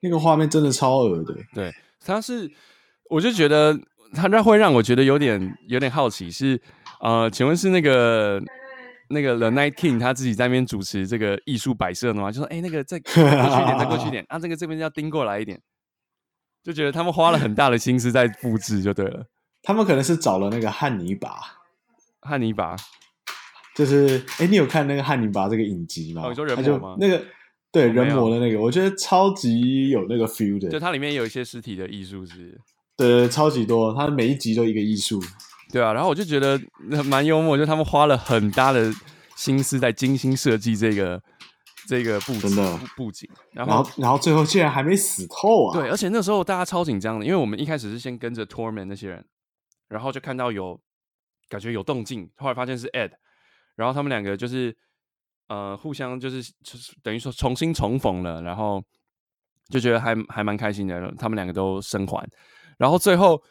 [SPEAKER 1] 那个画面真的超恶的。
[SPEAKER 2] 对，他是，我就觉得他那会让我觉得有点有点好奇，是呃，请问是那个那个 The Night King 他自己在那边主持这个艺术摆设的吗？就说哎、那个再过去一点，再过去一点啊，这个这边要盯过来一点，就觉得他们花了很大的心思在布置就对了。
[SPEAKER 1] 他们可能是找了那个汉尼拔，
[SPEAKER 2] 汉尼拔，
[SPEAKER 1] 就是哎、诶你有看那个汉尼拔这个影集吗？
[SPEAKER 2] 哦你说人
[SPEAKER 1] 他
[SPEAKER 2] 魔
[SPEAKER 1] 就
[SPEAKER 2] 吗
[SPEAKER 1] 那个对
[SPEAKER 2] 哦没有
[SPEAKER 1] 人魔的那个，我觉得超级有那个 feel 的，
[SPEAKER 2] 就
[SPEAKER 1] 对
[SPEAKER 2] 它里面有一些实体的艺术是，
[SPEAKER 1] 对，超级多，他每一集都一个艺术。
[SPEAKER 2] 对啊，然后我就觉得呃蛮幽默，就他们花了很大的心思在精心设计这个这个布
[SPEAKER 1] 真
[SPEAKER 2] 景
[SPEAKER 1] 的哦
[SPEAKER 2] 布布景，然
[SPEAKER 1] 然
[SPEAKER 2] 后
[SPEAKER 1] 后，然后最后竟然还没死透啊！
[SPEAKER 2] 对，而且那时候大家超紧张的，因为我们一开始是先跟着 Torment 那些人，然后就看到有感觉有动静，后来发现是 Ed，然后他们两个就是呃互相就是就是等于说重新重逢了，然后就觉得还还蛮开心的，他们两个都生还，然后最后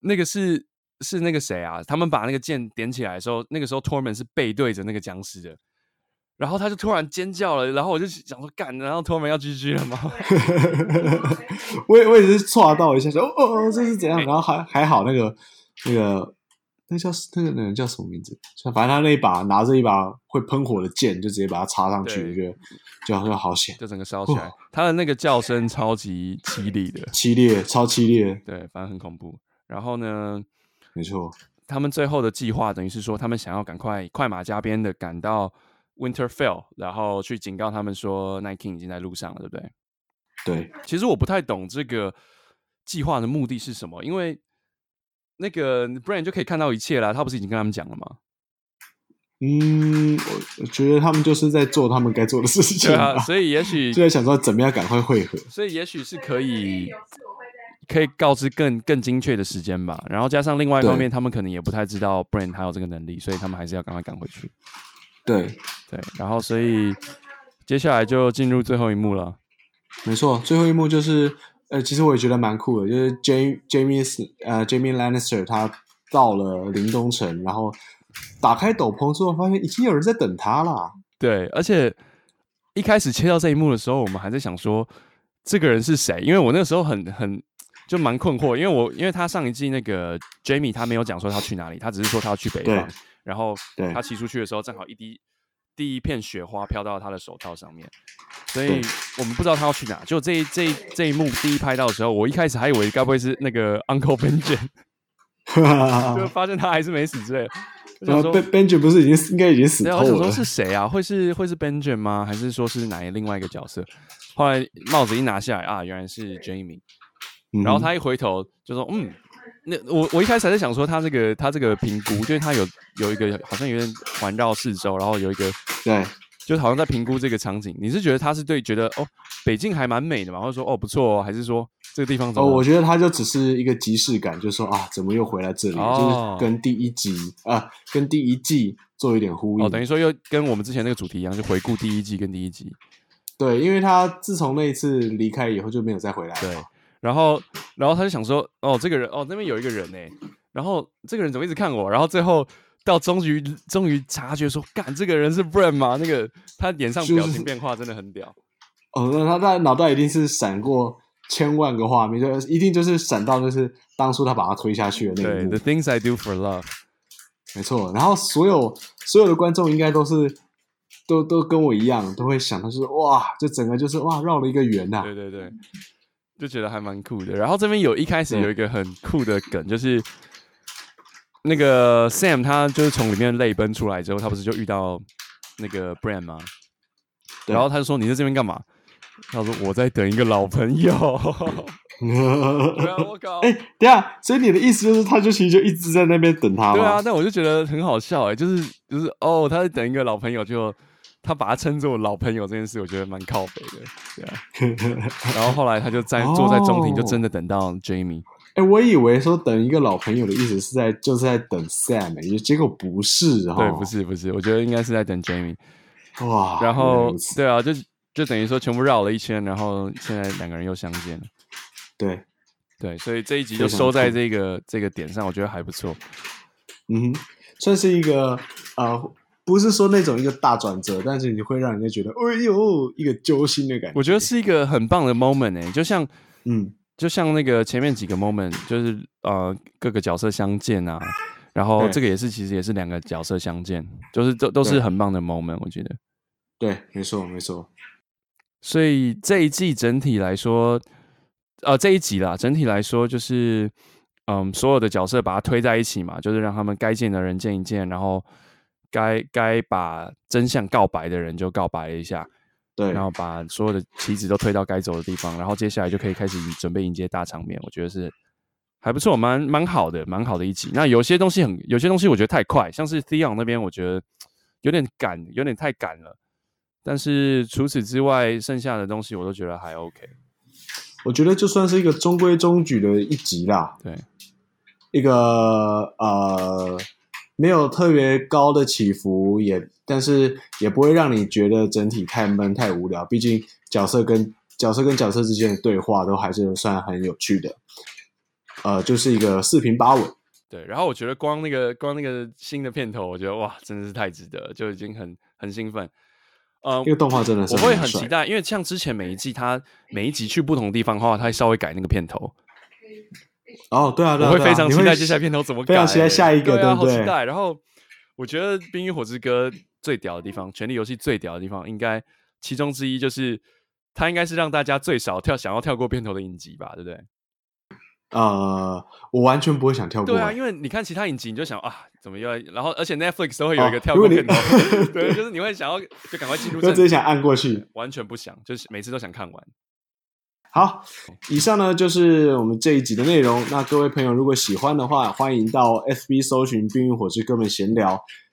[SPEAKER 2] 那个是是那个谁啊？他们把那个剑点起来的时候，那个时候 Torment 是背对着那个僵尸的。然后他就突然尖叫了，然后我就想说干，然后 Torment 要 GG 了吗？
[SPEAKER 1] 我也我也是唰到一下，说哦哦，这是怎
[SPEAKER 2] 哎
[SPEAKER 1] 样？然后还还好那个那个那叫那个人叫什么名字？反正他那一把拿着一把会喷火的剑，就直接把它插上去，
[SPEAKER 2] 对
[SPEAKER 1] 我觉得就好像好险，
[SPEAKER 2] 就整个烧起来。他的那个叫声超级凄厉的，
[SPEAKER 1] 凄烈，超凄烈，
[SPEAKER 2] 对，反正很恐怖。然后呢，
[SPEAKER 1] 没错，
[SPEAKER 2] 他们最后的计划等于是说，他们想要赶快快马加鞭的赶到 Winterfell，然后去警告他们说 Night King 已经在路上了，对不对？
[SPEAKER 1] 对，
[SPEAKER 2] 其实我不太懂这个计划的目的是什么，因为那个 Brain 就可以看到一切啦，他不是已经跟他们讲了吗？ *laughs*
[SPEAKER 1] 嗯，我我觉得他们就是在做他们该做的事情
[SPEAKER 2] 对
[SPEAKER 1] 吧
[SPEAKER 2] 啊，，所以也
[SPEAKER 1] *laughs*
[SPEAKER 2] 许
[SPEAKER 1] 就在想说怎么样赶快汇合。
[SPEAKER 2] 所以也许是可以可以告知更更精确的时间吧。然后加上另外一
[SPEAKER 1] 对
[SPEAKER 2] 方面，他们可能也不太知道 Brain 他有这个能力，所以他们还是要赶快赶回去。
[SPEAKER 1] 对，
[SPEAKER 2] 对，然后所以接下来就进入最后一幕了。
[SPEAKER 1] 没错，最后一幕就是，呃，其实我也觉得蛮酷的，就是 Jamie Jamie 呃 Jamie Lannister 他到了林东城，然后打开斗篷之后，发现已经有人在等他啦。
[SPEAKER 2] 对，而且一开始切到这一幕的时候，我们还在想说这个人是谁，因为我那时候很很就蛮困惑，因为我因为他上一季那个 Jamie 他没有讲说他去哪里，他只是说他要去北
[SPEAKER 1] 对
[SPEAKER 2] 方，然后
[SPEAKER 1] 对
[SPEAKER 2] 他骑出去的时候正好一滴第一片雪花飘到他的手套上面，所以
[SPEAKER 1] 对
[SPEAKER 2] 我们不知道他要去哪。就这一这一这一幕第一拍到的时候，我一开始还以为该不会是那个 Uncle Benjamin，就
[SPEAKER 1] *laughs* 啊
[SPEAKER 2] 发现他还是没死之类的。我
[SPEAKER 1] 然后
[SPEAKER 2] 想说
[SPEAKER 1] Ben Benji 不是已经应该已经死
[SPEAKER 2] 对啊，
[SPEAKER 1] 透
[SPEAKER 2] 我想说
[SPEAKER 1] 了？
[SPEAKER 2] 是谁啊？会是会是 Benjamin 吗？还是说是哪一另外一个角色？后来帽子一拿下来啊，原来是 Jamie。
[SPEAKER 1] 嗯
[SPEAKER 2] 然后他一回头就说：“嗯，那我我一开始还在想说他这个他这个评估，就是他有有一个好像有点环绕四周，然后有一个
[SPEAKER 1] 对
[SPEAKER 2] 就好像在评估这个场景。你是觉得他是对觉得哦，北京还蛮美的嘛，或者说哦不错哦，还是说这个地方怎
[SPEAKER 1] 哦，
[SPEAKER 2] 么了？
[SPEAKER 1] 我觉得他就只是一个即视感，就说啊，怎么又回来这里？
[SPEAKER 2] 哦
[SPEAKER 1] 就是跟第一集啊、跟第一季做一点呼应。
[SPEAKER 2] 哦，等于说又跟我们之前那个主题一样，就回顾第一季跟第一集。
[SPEAKER 1] 对，因为他自从那一次离开以后就没有再回来。
[SPEAKER 2] 对，然后然后他就想说，哦，这个人，哦，那边有一个人呢，然后这个人怎么一直看我？然后最后到终于终于察觉说，干，这个人是 Brand 吗？那个他脸上
[SPEAKER 1] 就
[SPEAKER 2] 表
[SPEAKER 1] 是
[SPEAKER 2] 情变化真的很屌。
[SPEAKER 1] 哦，那他在脑袋一定是闪过千万个画面，就一定就是闪到就是当初他把他推下去的那一
[SPEAKER 2] 对
[SPEAKER 1] 幕
[SPEAKER 2] ，The。Things I Do for Love。
[SPEAKER 1] 没错，然后所有所有的观众应该都是都都跟我一样，都会想到就是哇，这整个就是哇绕了一个圆呐、
[SPEAKER 2] 对对对，就觉得还蛮酷的。然后这边有一开始
[SPEAKER 1] 对
[SPEAKER 2] 有一个很酷的梗，就是那个 Sam 他就是从里面泪奔出来之后，他不是就遇到那个 Brand 吗？
[SPEAKER 1] 对
[SPEAKER 2] 然后他就说：“你在这边干嘛？”他说：“我在等一个老朋
[SPEAKER 1] *laughs*
[SPEAKER 2] 友。对啊”我靠！
[SPEAKER 1] 哎、等一下，所以你的意思就是，他就其实就一直在那边等他吗？
[SPEAKER 2] 对啊，，但我就觉得很好笑哎、就是就是哦，他在等一个老朋友就。他把他称作老朋友这件事，我觉得蛮靠北的，对啊。
[SPEAKER 1] *laughs*
[SPEAKER 2] 然后后来他就在坐在中庭，就
[SPEAKER 1] 哦
[SPEAKER 2] 真的等到 Jamie，
[SPEAKER 1] 哎、我以为说等一个老朋友的意思是在就是在等 Sam，、欸、结果不是哦哈，
[SPEAKER 2] 对，不是不是，我觉得应该是在等 Jamie。
[SPEAKER 1] 哇，哦
[SPEAKER 2] 然
[SPEAKER 1] 原来
[SPEAKER 2] 后
[SPEAKER 1] 如此
[SPEAKER 2] 对啊，就就等于说全部绕了一圈，然后现在两个人又相见了。
[SPEAKER 1] 对，
[SPEAKER 2] 对，所以这一集就
[SPEAKER 1] 非常
[SPEAKER 2] 收在
[SPEAKER 1] 酷
[SPEAKER 2] 这个这个点上，我觉得还不错。
[SPEAKER 1] 嗯哼，算是一个呃，不是说那种一个大转折，但是你会让人家觉得哎呦一个揪心的感觉。
[SPEAKER 2] 我觉得是一个很棒的 moment 哎、就像
[SPEAKER 1] 嗯，
[SPEAKER 2] 就像那个前面几个 moment，就是呃各个角色相见啊，然后
[SPEAKER 1] 对
[SPEAKER 2] 这个也是其实也是两个角色相见，就是都都是
[SPEAKER 1] 对
[SPEAKER 2] 很棒的 moment，我觉得。
[SPEAKER 1] 对，没错没错，
[SPEAKER 2] 所以这一季整体来说，呃，这一集啦，整体来说就是，嗯，所有的角色把它推在一起嘛，就是让他们该见的人见一见，然后该该把真相告白的人就告白一下，
[SPEAKER 1] 对，
[SPEAKER 2] 然后把所有的棋子都推到该走的地方，然后接下来就可以开始准备迎接大场面。我觉得是还不错，蛮蛮好的，蛮好的一集。那有些东西很，有些东西我觉得太快，像是 Theon 那边，我觉得有点赶，有点太赶了。但是除此之外，剩下的东西我都觉得还 OK。
[SPEAKER 1] 我觉得就算是一个中规中矩的一集啦，
[SPEAKER 2] 对，
[SPEAKER 1] 一个呃没有特别高的起伏，也但是也不会让你觉得整体太闷太无聊，毕竟角色跟角色跟角色之间的对话都还是算很有趣的，呃，就是一个四平八稳。
[SPEAKER 2] 对，然后我觉得光那个光那个新的片头，我觉得哇，真的是太值得了，就已经很很兴奋。呃，
[SPEAKER 1] 这个动画真的是
[SPEAKER 2] 我会
[SPEAKER 1] 蛮
[SPEAKER 2] 很
[SPEAKER 1] 帅
[SPEAKER 2] 期待，因为像之前每一季它每一集去不同地方的话，它会稍微改那个片头，
[SPEAKER 1] 哦，对啊，对啊
[SPEAKER 2] 我会
[SPEAKER 1] 对啊
[SPEAKER 2] 非常
[SPEAKER 1] 你
[SPEAKER 2] 期待接下来片头怎么改、
[SPEAKER 1] 非常期待下一个，
[SPEAKER 2] 对啊，
[SPEAKER 1] 不
[SPEAKER 2] 好期
[SPEAKER 1] 对？
[SPEAKER 2] 待。然后我觉得《冰与火之歌》最屌的地方，《权力游戏》最屌的地方，应该其中之一就是它应该是让大家最少跳想要跳过片头的影集吧，对不对？
[SPEAKER 1] 呃，我完全不会想跳过
[SPEAKER 2] 对
[SPEAKER 1] 欸。
[SPEAKER 2] 啊，因为你看其他影集，你就想啊，怎么又要？然后而且 Netflix 都会有一个
[SPEAKER 1] 哦
[SPEAKER 2] 跳
[SPEAKER 1] 如
[SPEAKER 2] 过
[SPEAKER 1] 果你
[SPEAKER 2] 片头，
[SPEAKER 1] *laughs*
[SPEAKER 2] 对，就是你会想要就赶快进入
[SPEAKER 1] 就
[SPEAKER 2] 正
[SPEAKER 1] 直接
[SPEAKER 2] 题，
[SPEAKER 1] 想按过去。
[SPEAKER 2] 完全不想，就是每次都想看完。
[SPEAKER 1] 好，以上呢就是我们这一集的内容。那各位朋友如果喜欢的话，欢迎到 FB 搜寻《冰与火之歌们闲聊》。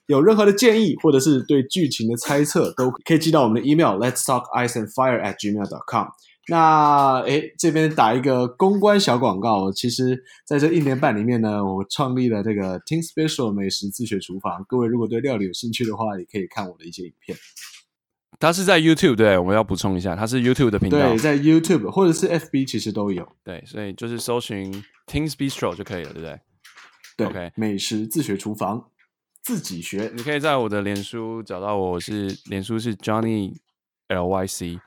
[SPEAKER 1] 有任何的建议或者是对剧情的猜测，都可以寄到我们的 email let's talk ice and fire at gmail dot com。那诶，这边打一个公关小广告。哦其实，在这一年半里面呢，我创立了这个 Team Special 美食自学厨房。各位如果对料理有兴趣的话，也可以看我的一些影片。
[SPEAKER 2] 它是在 YouTube 对，我们要补充一下，它是 YouTube 的频道，
[SPEAKER 1] 对，在 YouTube 或者是 FB 其实都有。
[SPEAKER 2] 对，所以就是搜寻 Things Bistro 就可以了，对不对？
[SPEAKER 1] 对
[SPEAKER 2] OK
[SPEAKER 1] 美食自学厨房，自己学。
[SPEAKER 2] 你可以在我的脸书找到我，我是脸书是 Johnny L Y C。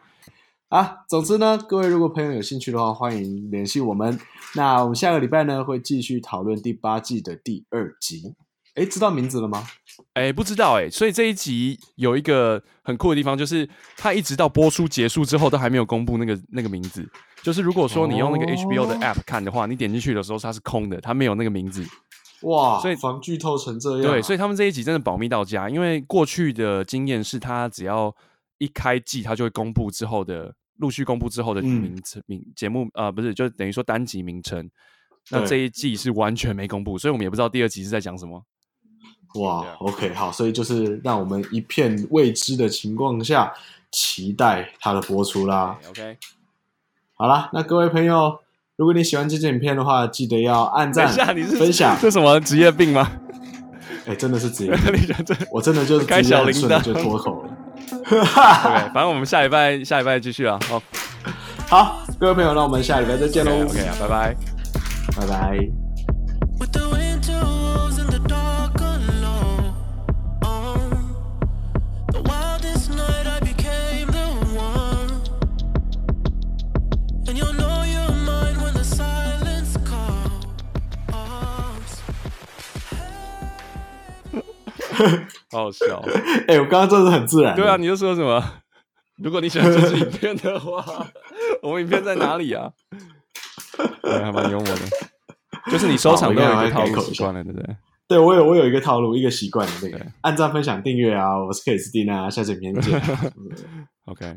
[SPEAKER 1] 啊，总之呢，各位如果朋友有兴趣的话，欢迎联系我们。那我们下个礼拜呢会继续讨论第八季的第二集。诶，知道名字了吗？
[SPEAKER 2] 哎，不知道哎，所以这一集有一个很酷的地方，就是它一直到播出结束之后都还没有公布那个那个名字。就是如果说你用那个
[SPEAKER 1] 哦
[SPEAKER 2] HBO 的 app 看的话，你点进去的时候它是空的，它没有那个名字。
[SPEAKER 1] 哇，
[SPEAKER 2] 所以
[SPEAKER 1] 防剧透成这样啊、
[SPEAKER 2] 对，所以他们这一集真的保密到家，因为过去的经验是，它只要一开季，它就会公布之后的陆续公布之后的
[SPEAKER 1] 嗯
[SPEAKER 2] 名称、名节目，呃，不是，就等于说单集名称。那
[SPEAKER 1] 对
[SPEAKER 2] 这一季是完全没公布，所以我们也不知道第二集是在讲什么。
[SPEAKER 1] 哇
[SPEAKER 2] Yeah.
[SPEAKER 1] o k 好，所以就是让我们一片未知的情况下，期待它的播出啦。
[SPEAKER 2] OK，
[SPEAKER 1] 好啦，那各位朋友，如果你喜欢这支影片的话，记得要按
[SPEAKER 2] 等一
[SPEAKER 1] 赞
[SPEAKER 2] 下，你 *laughs* 是
[SPEAKER 1] 分享。
[SPEAKER 2] 这什么职业病吗？ *laughs*
[SPEAKER 1] 哎、真的是直接，
[SPEAKER 2] 你想这
[SPEAKER 1] 我真的就是
[SPEAKER 2] 开
[SPEAKER 1] 直接
[SPEAKER 2] 小
[SPEAKER 1] 很
[SPEAKER 2] 铃
[SPEAKER 1] 顺的
[SPEAKER 2] 铛
[SPEAKER 1] 就脱口了。
[SPEAKER 2] OK，反正我们下礼拜下礼拜继续啊。好
[SPEAKER 1] 好，各位朋友，那我们下礼拜再见喽，
[SPEAKER 2] ，OK 啊，拜拜。
[SPEAKER 1] 拜拜。
[SPEAKER 3] With the windows and the dark alone. Oh, the wildest night I became the one. And you'll know you're mine when the silence calls.
[SPEAKER 2] 好好笑。哦
[SPEAKER 1] 哎、我刚刚真的是很自然。
[SPEAKER 2] 对啊，你就说什么？ *laughs* 如果你喜欢这支影片的话， *laughs* 我们影片在哪里
[SPEAKER 1] *laughs*
[SPEAKER 2] 啊？对，还蛮幽默的。就是你收
[SPEAKER 1] 好我
[SPEAKER 2] 场
[SPEAKER 1] 应
[SPEAKER 2] 都
[SPEAKER 1] 该
[SPEAKER 2] 有一
[SPEAKER 1] 要
[SPEAKER 2] 个
[SPEAKER 1] 改
[SPEAKER 2] 套
[SPEAKER 1] 口
[SPEAKER 2] 路
[SPEAKER 1] 一
[SPEAKER 2] 习
[SPEAKER 1] 下
[SPEAKER 2] 惯了，对不对？
[SPEAKER 1] 对我有我有一个套路，一个习惯的那个
[SPEAKER 2] 对，
[SPEAKER 1] 啊
[SPEAKER 2] *laughs*
[SPEAKER 1] 按赞、分享、订阅啊。我是克里斯蒂娜，下次影片见。
[SPEAKER 2] OK。